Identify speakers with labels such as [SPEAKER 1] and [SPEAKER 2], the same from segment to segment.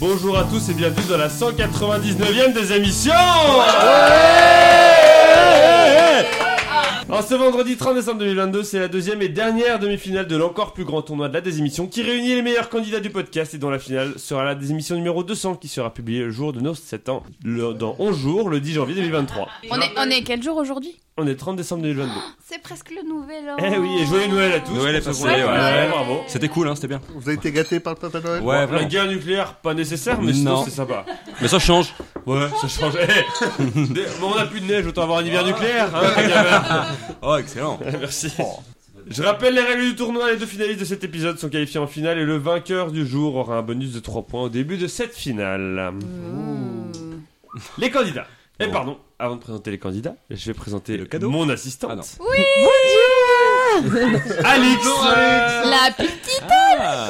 [SPEAKER 1] Bonjour à tous et bienvenue dans la 199e des émissions En ce vendredi 30 décembre 2022, c'est la deuxième et dernière demi-finale de l'encore plus grand tournoi de la désémission qui réunit les meilleurs candidats du podcast et dont la finale sera la désémission numéro 200 qui sera publiée le jour de nos 7 ans, le- dans 11 jours, le 10 janvier 2023.
[SPEAKER 2] On est, Oh. on est quel jour aujourd'hui
[SPEAKER 1] On est 30 décembre 2022.
[SPEAKER 2] C'est presque le nouvel an.
[SPEAKER 1] Eh oui, et joyeux Noël à tous
[SPEAKER 3] Noël est
[SPEAKER 1] Pour ce
[SPEAKER 3] passé,
[SPEAKER 1] qu'on-
[SPEAKER 3] ouais.
[SPEAKER 1] Noël, bravo
[SPEAKER 3] C'était cool, hein, c'était bien.
[SPEAKER 4] Vous avez été gâté par le Papa Noël
[SPEAKER 3] Ouais,
[SPEAKER 1] La
[SPEAKER 3] vraiment.
[SPEAKER 1] guerre nucléaire, pas nécessaire, mais sinon
[SPEAKER 3] Non.
[SPEAKER 1] c'est sympa.
[SPEAKER 3] Mais ça change.
[SPEAKER 1] Ouais, ça change. Eh, des- bon, on a plus de neige, autant avoir un hiver nucléaire. hein, les gamins.
[SPEAKER 3] Oh, excellent.
[SPEAKER 1] Merci. Je rappelle les règles du tournoi. Les deux finalistes de cet épisode sont qualifiés en finale et le vainqueur du jour aura un bonus de 3 points au début de cette finale.
[SPEAKER 5] Mmh.
[SPEAKER 1] Les candidats. Et
[SPEAKER 3] Bon.
[SPEAKER 1] pardon, avant de présenter les candidats, je vais présenter
[SPEAKER 3] Le cadeau.
[SPEAKER 1] mon assistante.
[SPEAKER 3] Ah non.
[SPEAKER 1] Alix euh,
[SPEAKER 2] La petite.
[SPEAKER 3] Ah,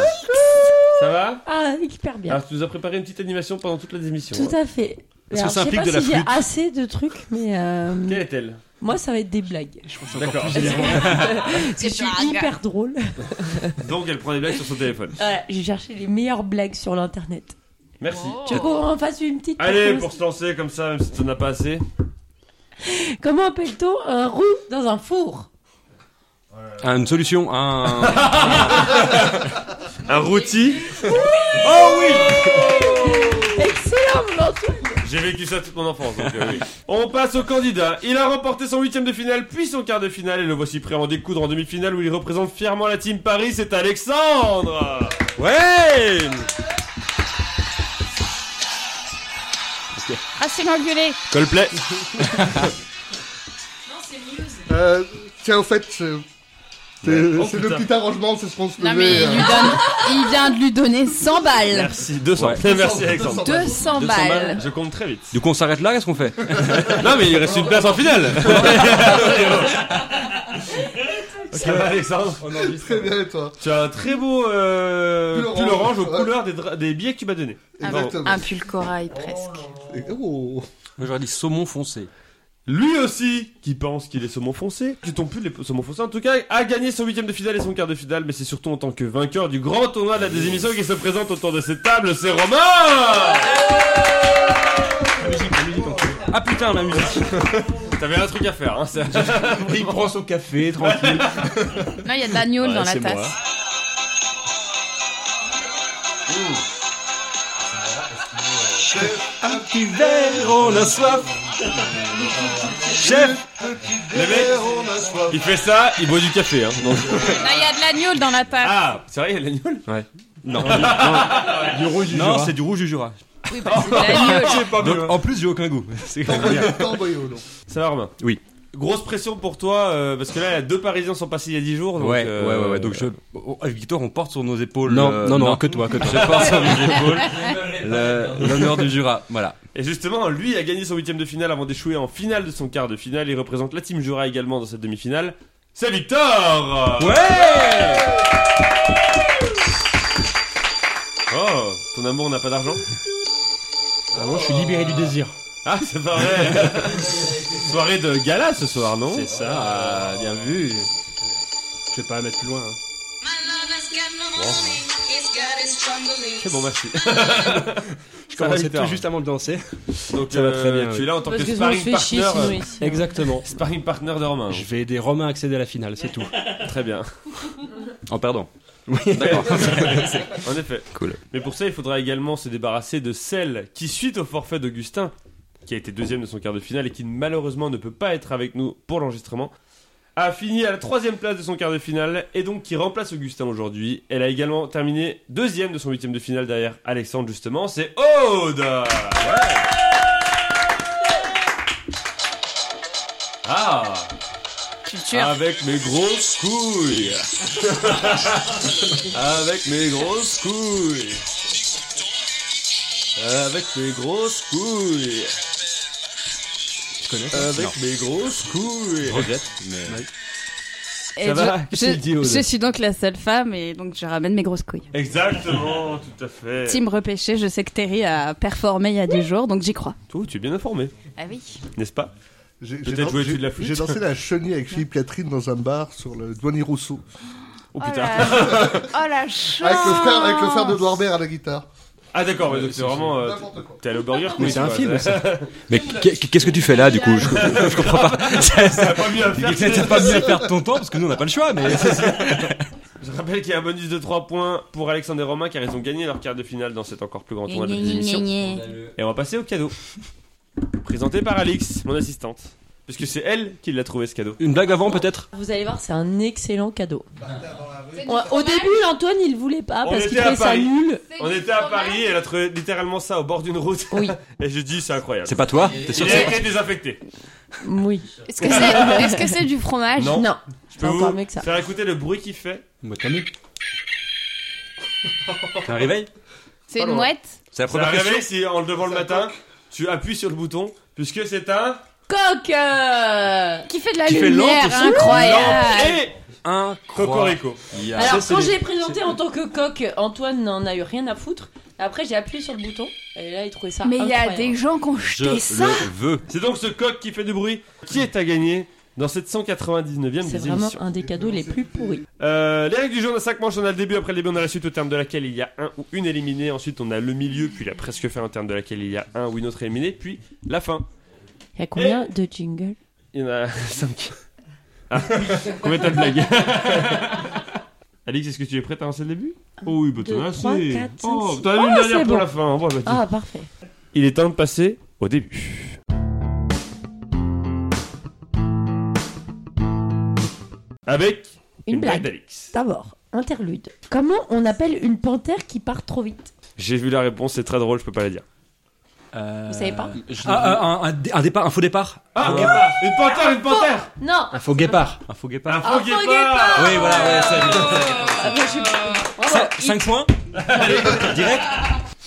[SPEAKER 1] Ça va
[SPEAKER 5] Ah, hyper bien.
[SPEAKER 1] Alors, tu nous as préparé une petite animation pendant toute la démission.
[SPEAKER 5] Tout à fait.
[SPEAKER 3] Est-ce que ça
[SPEAKER 5] Alors, je sais
[SPEAKER 3] implique
[SPEAKER 5] pas
[SPEAKER 3] de la
[SPEAKER 5] si j'ai
[SPEAKER 3] flûte
[SPEAKER 5] assez de trucs, mais euh,
[SPEAKER 1] Quelle est-elle
[SPEAKER 5] moi, ça va être des blagues.
[SPEAKER 1] D'accord.
[SPEAKER 5] Parce que je suis
[SPEAKER 2] pas grave.
[SPEAKER 5] hyper drôle.
[SPEAKER 1] Donc, elle prend des blagues sur son téléphone.
[SPEAKER 5] Voilà, j'ai cherché les meilleures blagues sur l'internet.
[SPEAKER 1] Merci.
[SPEAKER 5] Tu veux qu'on en fasse une petite pour
[SPEAKER 1] Allez,
[SPEAKER 5] qu'on-
[SPEAKER 1] pour se lancer comme ça, même si tu n'en as pas assez.
[SPEAKER 5] Comment appelle-t-on un roux dans un four
[SPEAKER 3] une solution, un.
[SPEAKER 1] Un rôti
[SPEAKER 3] Oh oui
[SPEAKER 5] Excellent, mon Antoine.
[SPEAKER 1] J'ai vécu ça toute mon enfance. donc, euh, oui. On passe au candidat. Il a remporté son huitième de finale, puis son quart de finale, et le voici prêt à en découdre en demi-finale où il représente fièrement la team Paris. C'est Alexandre
[SPEAKER 3] Ouais
[SPEAKER 2] Assez l'engueulé.
[SPEAKER 3] Coldplay
[SPEAKER 4] Euh, Tiens, au fait, euh, c'est
[SPEAKER 1] Ouais. Oh,
[SPEAKER 4] c'est le
[SPEAKER 1] putain.
[SPEAKER 4] petit arrangement, c'est ce qu'on se faisait.
[SPEAKER 2] Non mais il,
[SPEAKER 4] euh,
[SPEAKER 2] lui donne, il vient de lui donner 100 balles.
[SPEAKER 1] Merci, 200.
[SPEAKER 3] Ouais.
[SPEAKER 1] Merci Alexandre.
[SPEAKER 2] 200 balles.
[SPEAKER 1] Je compte très vite.
[SPEAKER 3] Du coup, on s'arrête là, qu'est-ce qu'on fait
[SPEAKER 1] Non mais il reste une place en finale Ça va Alexandre
[SPEAKER 4] Très bien, et toi
[SPEAKER 1] Tu as un très beau euh,
[SPEAKER 4] Pull
[SPEAKER 1] pull orange
[SPEAKER 4] orange
[SPEAKER 1] aux
[SPEAKER 4] ouais.
[SPEAKER 1] couleurs des, dra- des billets que tu m'as donné.
[SPEAKER 2] Ah,
[SPEAKER 4] Exactement.
[SPEAKER 2] Un pull corail presque.
[SPEAKER 4] Et- oh.
[SPEAKER 3] Moi, j'aurais dit saumon foncé.
[SPEAKER 1] Lui aussi, qui pense qu'il est saumon foncé, qui tombe plus les saumons foncés, en tout cas, a gagné son huitième de finale et son quart de finale, mais c'est surtout en tant que vainqueur du grand tournoi de la désémission qui se présente autour de cette table, c'est Romain
[SPEAKER 3] Ah putain, la musique
[SPEAKER 1] T'avais un truc à faire, hein, c'est-
[SPEAKER 3] Il prend son café, tranquille.
[SPEAKER 1] Oh.
[SPEAKER 2] Non, il y a de l'agneau
[SPEAKER 3] Ouais,
[SPEAKER 2] dans la
[SPEAKER 3] c'est
[SPEAKER 2] tasse.
[SPEAKER 3] moi. Un petit verre, on a soif
[SPEAKER 1] Chef Le mec, il fait ça, il boit du café, hein. donc-
[SPEAKER 2] Non, il y a de l'agneau dans la tasse.
[SPEAKER 1] Ah, c'est vrai, il y a de l'agneau
[SPEAKER 3] Non, du rouge du Jura. Non, c'est du rouge du Jura.
[SPEAKER 2] Oui,
[SPEAKER 1] Ah,
[SPEAKER 2] bah, c'est de l'agneau.
[SPEAKER 1] J'ai pas
[SPEAKER 3] Donc,
[SPEAKER 1] bu, hein.
[SPEAKER 3] en plus, j'ai aucun goût. C'est
[SPEAKER 1] Ah,
[SPEAKER 3] quand même bien.
[SPEAKER 4] Tant boyau, non.
[SPEAKER 1] Ça va, Romain
[SPEAKER 3] Oui.
[SPEAKER 1] Grosse pression pour toi, euh, parce que là, deux Parisiens sont passés il y a 10 jours. donc,
[SPEAKER 3] ouais,
[SPEAKER 1] euh,
[SPEAKER 3] ouais, ouais, ouais. Donc, je... oh, avec Victor, on porte sur nos épaules.
[SPEAKER 6] Non,
[SPEAKER 3] euh,
[SPEAKER 6] non, non, que toi, que toi.
[SPEAKER 3] Je porte sur mes épaules le- l'honneur du Jura. Voilà.
[SPEAKER 1] Et justement, lui a gagné son huitième de finale avant d'échouer en finale de son quart de finale. Il représente la team Jura également dans cette demi-finale. C'est Victor
[SPEAKER 3] Ouais
[SPEAKER 1] Oh, ton amour n'a pas d'argent
[SPEAKER 6] Moi, je suis libéré du désir.
[SPEAKER 1] Ah, c'est pas vrai Soirée de gala ce soir, non
[SPEAKER 6] C'est ça, euh, bien vu. Je vais pas mettre plus loin. hein.
[SPEAKER 1] C'est bon, merci.
[SPEAKER 6] Je commençais
[SPEAKER 1] Victor.
[SPEAKER 6] tout juste avant de danser.
[SPEAKER 1] Donc, euh,
[SPEAKER 6] Ça va très bien,
[SPEAKER 1] tu
[SPEAKER 6] oui.
[SPEAKER 1] es là en tant que
[SPEAKER 5] Parce que sinon, je
[SPEAKER 1] sparring
[SPEAKER 5] fais chier
[SPEAKER 1] partner,
[SPEAKER 5] sinon
[SPEAKER 1] euh,
[SPEAKER 5] ici.
[SPEAKER 6] Exactement.
[SPEAKER 1] sparring partner de
[SPEAKER 3] Ah
[SPEAKER 1] Romain.
[SPEAKER 6] Je vais aider Romain à accéder à la finale, c'est tout.
[SPEAKER 1] Très bien.
[SPEAKER 3] En perdant.
[SPEAKER 1] En effet.
[SPEAKER 3] Cool.
[SPEAKER 1] Mais pour ça, il faudra également se débarrasser de celle qui, suite au forfait d'Augustin, qui a été deuxième de son quart de finale et qui malheureusement ne peut pas être avec nous pour l'enregistrement, a fini à la troisième place de son quart de finale et donc qui remplace Augustin aujourd'hui. Elle a également terminé deuxième de son huitième de finale derrière Alexandre justement, c'est Aude Ah
[SPEAKER 2] Culture.
[SPEAKER 1] Avec mes grosses couilles Avec mes grosses couilles Avec mes grosses couilles
[SPEAKER 3] Je connais.
[SPEAKER 1] Avec
[SPEAKER 3] Non.
[SPEAKER 1] mes grosses couilles
[SPEAKER 3] Je regrette, mais.
[SPEAKER 2] Et
[SPEAKER 1] ça
[SPEAKER 2] je-
[SPEAKER 1] va
[SPEAKER 2] je,
[SPEAKER 1] Qu'est-ce qu'il dit, Aude
[SPEAKER 2] je suis donc la seule femme et donc je ramène mes grosses couilles.
[SPEAKER 1] Exactement, tout à fait
[SPEAKER 2] Team repêché, je sais que Terry a performé il y a 10 jours, donc j'y crois.
[SPEAKER 1] Toi, tu es bien informé,
[SPEAKER 2] Ah oui.
[SPEAKER 1] n'est-ce pas
[SPEAKER 4] J'ai- j'ai
[SPEAKER 1] Peut-être
[SPEAKER 4] dan-
[SPEAKER 1] jouer-tu
[SPEAKER 4] j'ai-
[SPEAKER 1] de la flûte
[SPEAKER 4] J'ai dansé la chenille avec Philippe Catherine dans un bar sur le Douanier Rousseau.
[SPEAKER 1] Oh
[SPEAKER 2] Oh
[SPEAKER 1] putain
[SPEAKER 2] la, oh la chance
[SPEAKER 4] Avec le frère, avec le frère de Norbert à la guitare.
[SPEAKER 1] Ah d'accord, mais donc c'est
[SPEAKER 6] c'est-
[SPEAKER 1] vraiment. euh,
[SPEAKER 4] N'importe quoi.
[SPEAKER 1] T'es allé au Burger Quiz,
[SPEAKER 6] Mais c'est un
[SPEAKER 1] quoi.
[SPEAKER 6] film, ça.
[SPEAKER 3] Mais qu'est- qu'est-ce que tu fais là, du coup je, je comprends pas.
[SPEAKER 1] T'as pas mieux à faire. que-
[SPEAKER 3] T'as pas mis à perdre ton temps parce que nous on n'a pas le choix. Mais
[SPEAKER 1] Je rappelle qu'il y a un bonus de 3 points pour Alexandre et Romain car ils ont gagné leur quart de finale dans cet encore plus grand tournoi de la émission. Et on va passer au cadeau. Présenté par Alix, mon assistante. Puisque c'est elle qui l'a trouvé ce cadeau.
[SPEAKER 3] une blague avant peut-être.
[SPEAKER 5] Vous allez voir, c'est un excellent cadeau. Ouais, au début, Antoine, il voulait pas
[SPEAKER 1] On
[SPEAKER 5] parce
[SPEAKER 1] était
[SPEAKER 5] qu'il
[SPEAKER 1] à
[SPEAKER 5] trouvait ça
[SPEAKER 1] Paris.
[SPEAKER 5] nul.
[SPEAKER 1] On était à Paris et elle a trouvé littéralement ça au bord d'une route.
[SPEAKER 5] Oui,
[SPEAKER 1] Et j'ai dit c'est incroyable.
[SPEAKER 3] C'est pas toi T'es sûr
[SPEAKER 1] Il
[SPEAKER 3] que
[SPEAKER 1] a
[SPEAKER 3] c'est
[SPEAKER 1] été désinfecté.
[SPEAKER 5] oui.
[SPEAKER 2] Est-ce que c'est est-ce que c'est du fromage
[SPEAKER 1] Non.
[SPEAKER 5] Non,
[SPEAKER 1] Je peux
[SPEAKER 5] pas encore
[SPEAKER 1] vous
[SPEAKER 5] mieux que ça.
[SPEAKER 1] faire écouter le bruit qu'il fait.
[SPEAKER 3] Bah, tant mieux. T'as un réveil
[SPEAKER 2] C'est une mouette
[SPEAKER 3] C'est la
[SPEAKER 1] Ça va
[SPEAKER 3] première question
[SPEAKER 1] réveiller si en le devant le matin, tu appuies sur le bouton puisque c'est un
[SPEAKER 5] Coq euh,
[SPEAKER 2] Qui fait de la
[SPEAKER 3] Qui fait
[SPEAKER 2] lumière
[SPEAKER 3] lampe aussi.
[SPEAKER 2] Incroyable
[SPEAKER 1] et
[SPEAKER 3] Un
[SPEAKER 1] cocorico.
[SPEAKER 5] Alors,
[SPEAKER 3] Ça,
[SPEAKER 5] quand
[SPEAKER 3] c'est
[SPEAKER 5] je l'ai présenté en tant que coq, Antoine n'en a eu rien à foutre. Après, j'ai appuyé sur le bouton et là, il trouvait ça
[SPEAKER 2] Mais il y a
[SPEAKER 5] incroyable.
[SPEAKER 2] des gens qui ont
[SPEAKER 3] Je
[SPEAKER 2] jeté ça
[SPEAKER 3] le veux.
[SPEAKER 1] C'est donc ce coq qui fait du bruit qui est à gagner dans cette 199e
[SPEAKER 5] C'est
[SPEAKER 1] des
[SPEAKER 5] vraiment
[SPEAKER 1] émissions.
[SPEAKER 5] un des cadeaux les plus pourris.
[SPEAKER 1] Euh, les règles du jeu, on a 5 manches, on a le début, après le début, on a la suite au terme de laquelle il y a un ou une éliminée, ensuite on a le milieu, puis la presque fin au terme de laquelle il y a un ou une autre éliminée, puis la fin.
[SPEAKER 5] Il y a combien de jingles
[SPEAKER 1] Il y en a 5. combien t'as de blagues Alix, est-ce que tu es prête à lancer le début Oh oui, bah
[SPEAKER 5] deux,
[SPEAKER 1] t'en as
[SPEAKER 5] trois,
[SPEAKER 1] assez.
[SPEAKER 5] quatre, cinq,
[SPEAKER 1] Oh,
[SPEAKER 5] six.
[SPEAKER 1] t'en as une
[SPEAKER 5] Oh,
[SPEAKER 1] dernière
[SPEAKER 5] c'est
[SPEAKER 1] pour
[SPEAKER 5] bon.
[SPEAKER 1] la fin. Oh, bah, dis-
[SPEAKER 5] Ah, parfait.
[SPEAKER 1] Il est temps de passer au début. Avec
[SPEAKER 5] Une blague.
[SPEAKER 1] d'Alix.
[SPEAKER 5] D'abord, interlude. Comment on appelle une panthère qui part trop vite
[SPEAKER 1] J'ai vu la réponse, c'est très drôle, je peux pas la dire.
[SPEAKER 5] Vous savez
[SPEAKER 1] Euh,
[SPEAKER 5] pas
[SPEAKER 3] Ah, ah, un, un dé- un départ, un faux départ.
[SPEAKER 1] Ah, une panthère, une panthère
[SPEAKER 5] Non
[SPEAKER 6] Un faux guépard.
[SPEAKER 3] Un faux
[SPEAKER 1] Un
[SPEAKER 3] Ah, guépard.
[SPEAKER 1] faux
[SPEAKER 5] faux
[SPEAKER 1] guépard
[SPEAKER 3] Oui, voilà, ouais, ça.
[SPEAKER 5] Après, je suis pas- Voilà.
[SPEAKER 3] 5 points Direct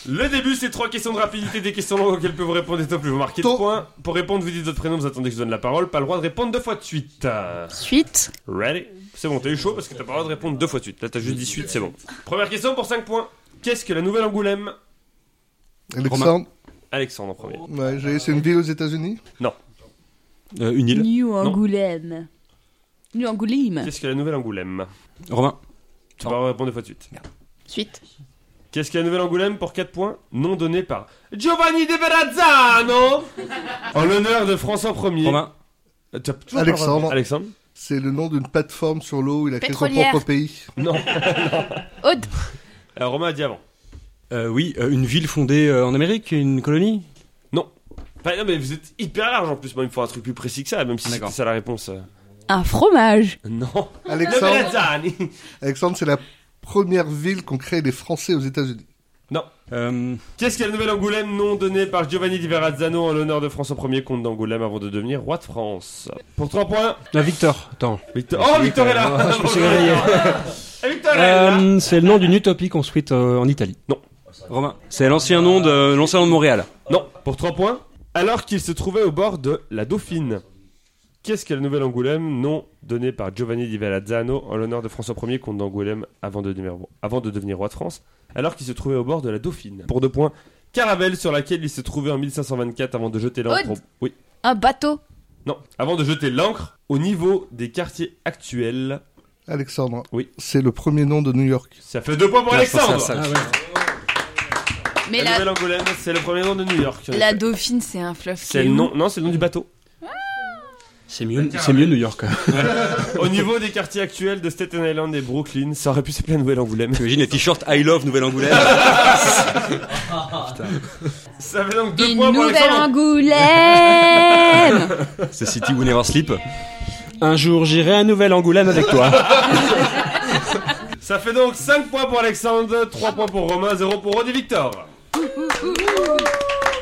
[SPEAKER 1] Le début, c'est trois questions de rapidité, des questions longues auxquelles peut vous répondre et top, plus vous marquez de
[SPEAKER 4] Tôt.
[SPEAKER 1] points. Pour répondre, vous dites votre prénom, vous attendez que je vous donne la parole. Pas le droit de répondre deux fois de suite. Euh,
[SPEAKER 2] Suite
[SPEAKER 1] Ready C'est bon, t'as eu chaud parce que t'as pas le droit de répondre deux fois de suite. Là, t'as juste dit suite, c'est bon. Première question pour 5 points. Qu'est-ce que la nouvelle Angoulême
[SPEAKER 4] Alexandre,
[SPEAKER 1] Alexandre en premier.
[SPEAKER 4] ouais, j'ai- c'est une ville aux États-Unis
[SPEAKER 3] Euh, Une île.
[SPEAKER 2] New Angoulême. New Angoulême.
[SPEAKER 1] Qu'est-ce que la nouvelle Angoulême
[SPEAKER 3] Romain.
[SPEAKER 1] Tu vas répondre deux fois de suite.
[SPEAKER 2] Suite.
[SPEAKER 1] Qu'est-ce que la nouvelle Angoulême pour 4 points Non donné par Giovanni de Verrazzano En l'honneur de François 1er.
[SPEAKER 3] Romain.
[SPEAKER 1] Euh,
[SPEAKER 4] Alexandre.
[SPEAKER 1] Alexandre
[SPEAKER 4] C'est le nom d'une plateforme sur l'eau où il a créé son
[SPEAKER 2] Pétrolière.
[SPEAKER 4] propre pays.
[SPEAKER 1] Non.
[SPEAKER 2] Aude
[SPEAKER 1] Alors, Romain a dit avant.
[SPEAKER 3] Euh, oui, euh, une ville fondée euh, en Amérique, une colonie
[SPEAKER 1] Enfin, non, mais vous êtes hyper large en plus. Moi, il me faut un truc plus précis que ça, même si
[SPEAKER 3] D'accord.
[SPEAKER 1] c'était ça la réponse. euh.
[SPEAKER 2] Un fromage
[SPEAKER 1] Non. De
[SPEAKER 4] Alexandre,
[SPEAKER 1] Verrazzani
[SPEAKER 4] Alexandre c'est la première ville qu'ont créé les Français aux États-Unis.
[SPEAKER 3] Euh,
[SPEAKER 1] Qu'est-ce que la nouvelle Angoulême Nom donné par Giovanni di Verrazzano en l'honneur de François 1er, comte d'Angoulême avant de devenir roi de France. Pour 3 points,
[SPEAKER 3] ah, Victor, attends.
[SPEAKER 1] Victor. Oh, Victor est là
[SPEAKER 3] hein. Je me suis réveillé.
[SPEAKER 1] Et Victor est là
[SPEAKER 3] Euh, c'est le nom d'une utopie construite euh, en Italie.
[SPEAKER 1] Non.
[SPEAKER 3] Romain. C'est l'ancien nom de l'ancien nom de Montréal.
[SPEAKER 1] Non, pour 3 points. Alors qu'il se trouvait au bord de la Dauphine. Qu'est-ce que la nouvelle Angoulême Nom donné par Giovanni di Verrazzano en l'honneur de François 1er, comte d'Angoulême avant de, devenir, avant de devenir roi de France. Alors qu'il se trouvait au bord de la Dauphine. Pour 2 points. Caravelle sur laquelle il se trouvait en 1524 avant de jeter l'ancre.
[SPEAKER 2] Aude.
[SPEAKER 1] au- Oui.
[SPEAKER 2] Un bateau
[SPEAKER 1] Non. Avant de jeter l'ancre au niveau des quartiers actuels.
[SPEAKER 4] Alexandre,
[SPEAKER 1] Oui.
[SPEAKER 4] c'est le premier nom de New York.
[SPEAKER 1] Ça fait 2 points pour
[SPEAKER 3] Ah, je pensais à
[SPEAKER 1] Alexandre
[SPEAKER 3] ça.
[SPEAKER 2] Mais
[SPEAKER 1] La
[SPEAKER 2] la,
[SPEAKER 1] nouvelle Angoulême, c'est le premier nom de New York.
[SPEAKER 2] la dauphine, c'est un fleuve. qui
[SPEAKER 1] C'est
[SPEAKER 2] est
[SPEAKER 1] le
[SPEAKER 2] où
[SPEAKER 1] nom, non, c'est le nom du bateau.
[SPEAKER 3] C'est mieux, c'est mieux New York.
[SPEAKER 1] Au niveau des quartiers actuels de Staten Island et Brooklyn, ça aurait pu s'appeler la nouvelle Angoulême.
[SPEAKER 3] T'imagines les t-shirts I love Nouvelle-Angoulême
[SPEAKER 1] Ça fait donc deux
[SPEAKER 2] Une
[SPEAKER 1] points pour
[SPEAKER 2] nouvelle
[SPEAKER 1] Alexandre.
[SPEAKER 2] Angoulême
[SPEAKER 3] C'est City We Never Sleep. Un jour j'irai à Nouvelle-Angoulême avec toi.
[SPEAKER 1] Ça fait donc 5 points pour Alexandre, 3 points pour Romain, 0 pour Rod et Victor.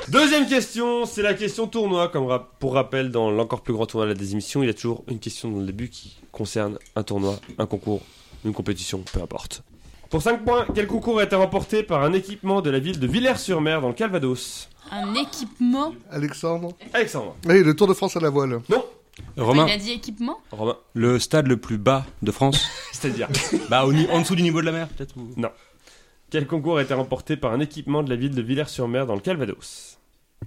[SPEAKER 1] Deuxième question, c'est la question tournoi. Comme rap- pour rappel, dans l'encore plus grand tournoi de la désémission, il y a toujours une question dans le début qui concerne un tournoi, un concours, une compétition, peu importe. Pour 5 points, quel concours a été remporté par un équipement de la ville de Villers-sur-Mer dans le Calvados
[SPEAKER 2] Un équipement
[SPEAKER 4] Alexandre
[SPEAKER 1] Eh. Alexandre.
[SPEAKER 4] Oui, le Tour de France à la voile.
[SPEAKER 3] Romain,
[SPEAKER 2] Il a dit équipement
[SPEAKER 1] Romain,
[SPEAKER 3] le stade le plus bas de France
[SPEAKER 1] c'est-à-dire
[SPEAKER 3] Bah au ni- en dessous du niveau de la mer peut-être ou-
[SPEAKER 1] Quel concours a été remporté par un équipement de la ville de Villers-sur-Mer dans le Calvados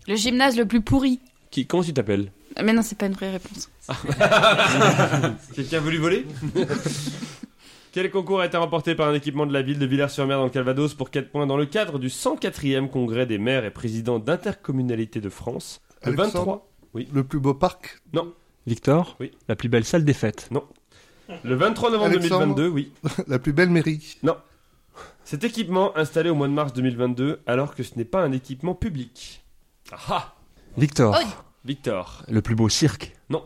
[SPEAKER 2] Le gymnase le plus pourri. Ah,
[SPEAKER 1] Qui, Comment tu t'appelles
[SPEAKER 2] Mais non, c'est pas une vraie réponse.
[SPEAKER 1] Quelqu'un veut lui voler Quel concours a été remporté par un équipement de la ville de Villers-sur-Mer dans le Calvados pour 4 points dans le cadre du 104e congrès des maires et présidents d'intercommunalité de France Le
[SPEAKER 4] Alexandre
[SPEAKER 1] 23,
[SPEAKER 4] Le plus beau parc
[SPEAKER 3] Victor
[SPEAKER 1] Oui.
[SPEAKER 3] La plus belle salle des fêtes.
[SPEAKER 1] le 23 novembre
[SPEAKER 4] Alexandre
[SPEAKER 1] 2022, oui.
[SPEAKER 4] La plus belle mairie
[SPEAKER 1] Cet équipement installé au mois de mars 2022 alors que ce n'est pas un équipement public. Ah ah
[SPEAKER 3] Victor
[SPEAKER 1] Victor.
[SPEAKER 3] Le plus beau cirque.
[SPEAKER 2] La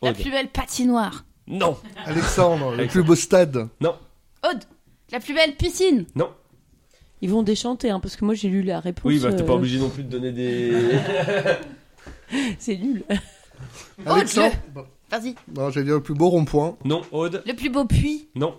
[SPEAKER 1] Aude.
[SPEAKER 2] plus belle patinoire.
[SPEAKER 1] Non
[SPEAKER 4] Alexandre, le
[SPEAKER 1] Alexandre.
[SPEAKER 4] plus beau stade
[SPEAKER 2] Aude, la plus belle piscine.
[SPEAKER 5] Ils vont déchanter, hein, parce que moi j'ai lu la réponse.
[SPEAKER 1] Oui, bah t'es pas
[SPEAKER 5] euh,
[SPEAKER 1] obligé non plus de donner des.
[SPEAKER 5] C'est nul.
[SPEAKER 2] Oh,
[SPEAKER 4] Alexandre
[SPEAKER 2] Vas-y.
[SPEAKER 4] Non, j'allais dire le plus beau rond-point.
[SPEAKER 1] Non, Aude
[SPEAKER 2] Le plus beau puits.
[SPEAKER 1] Non.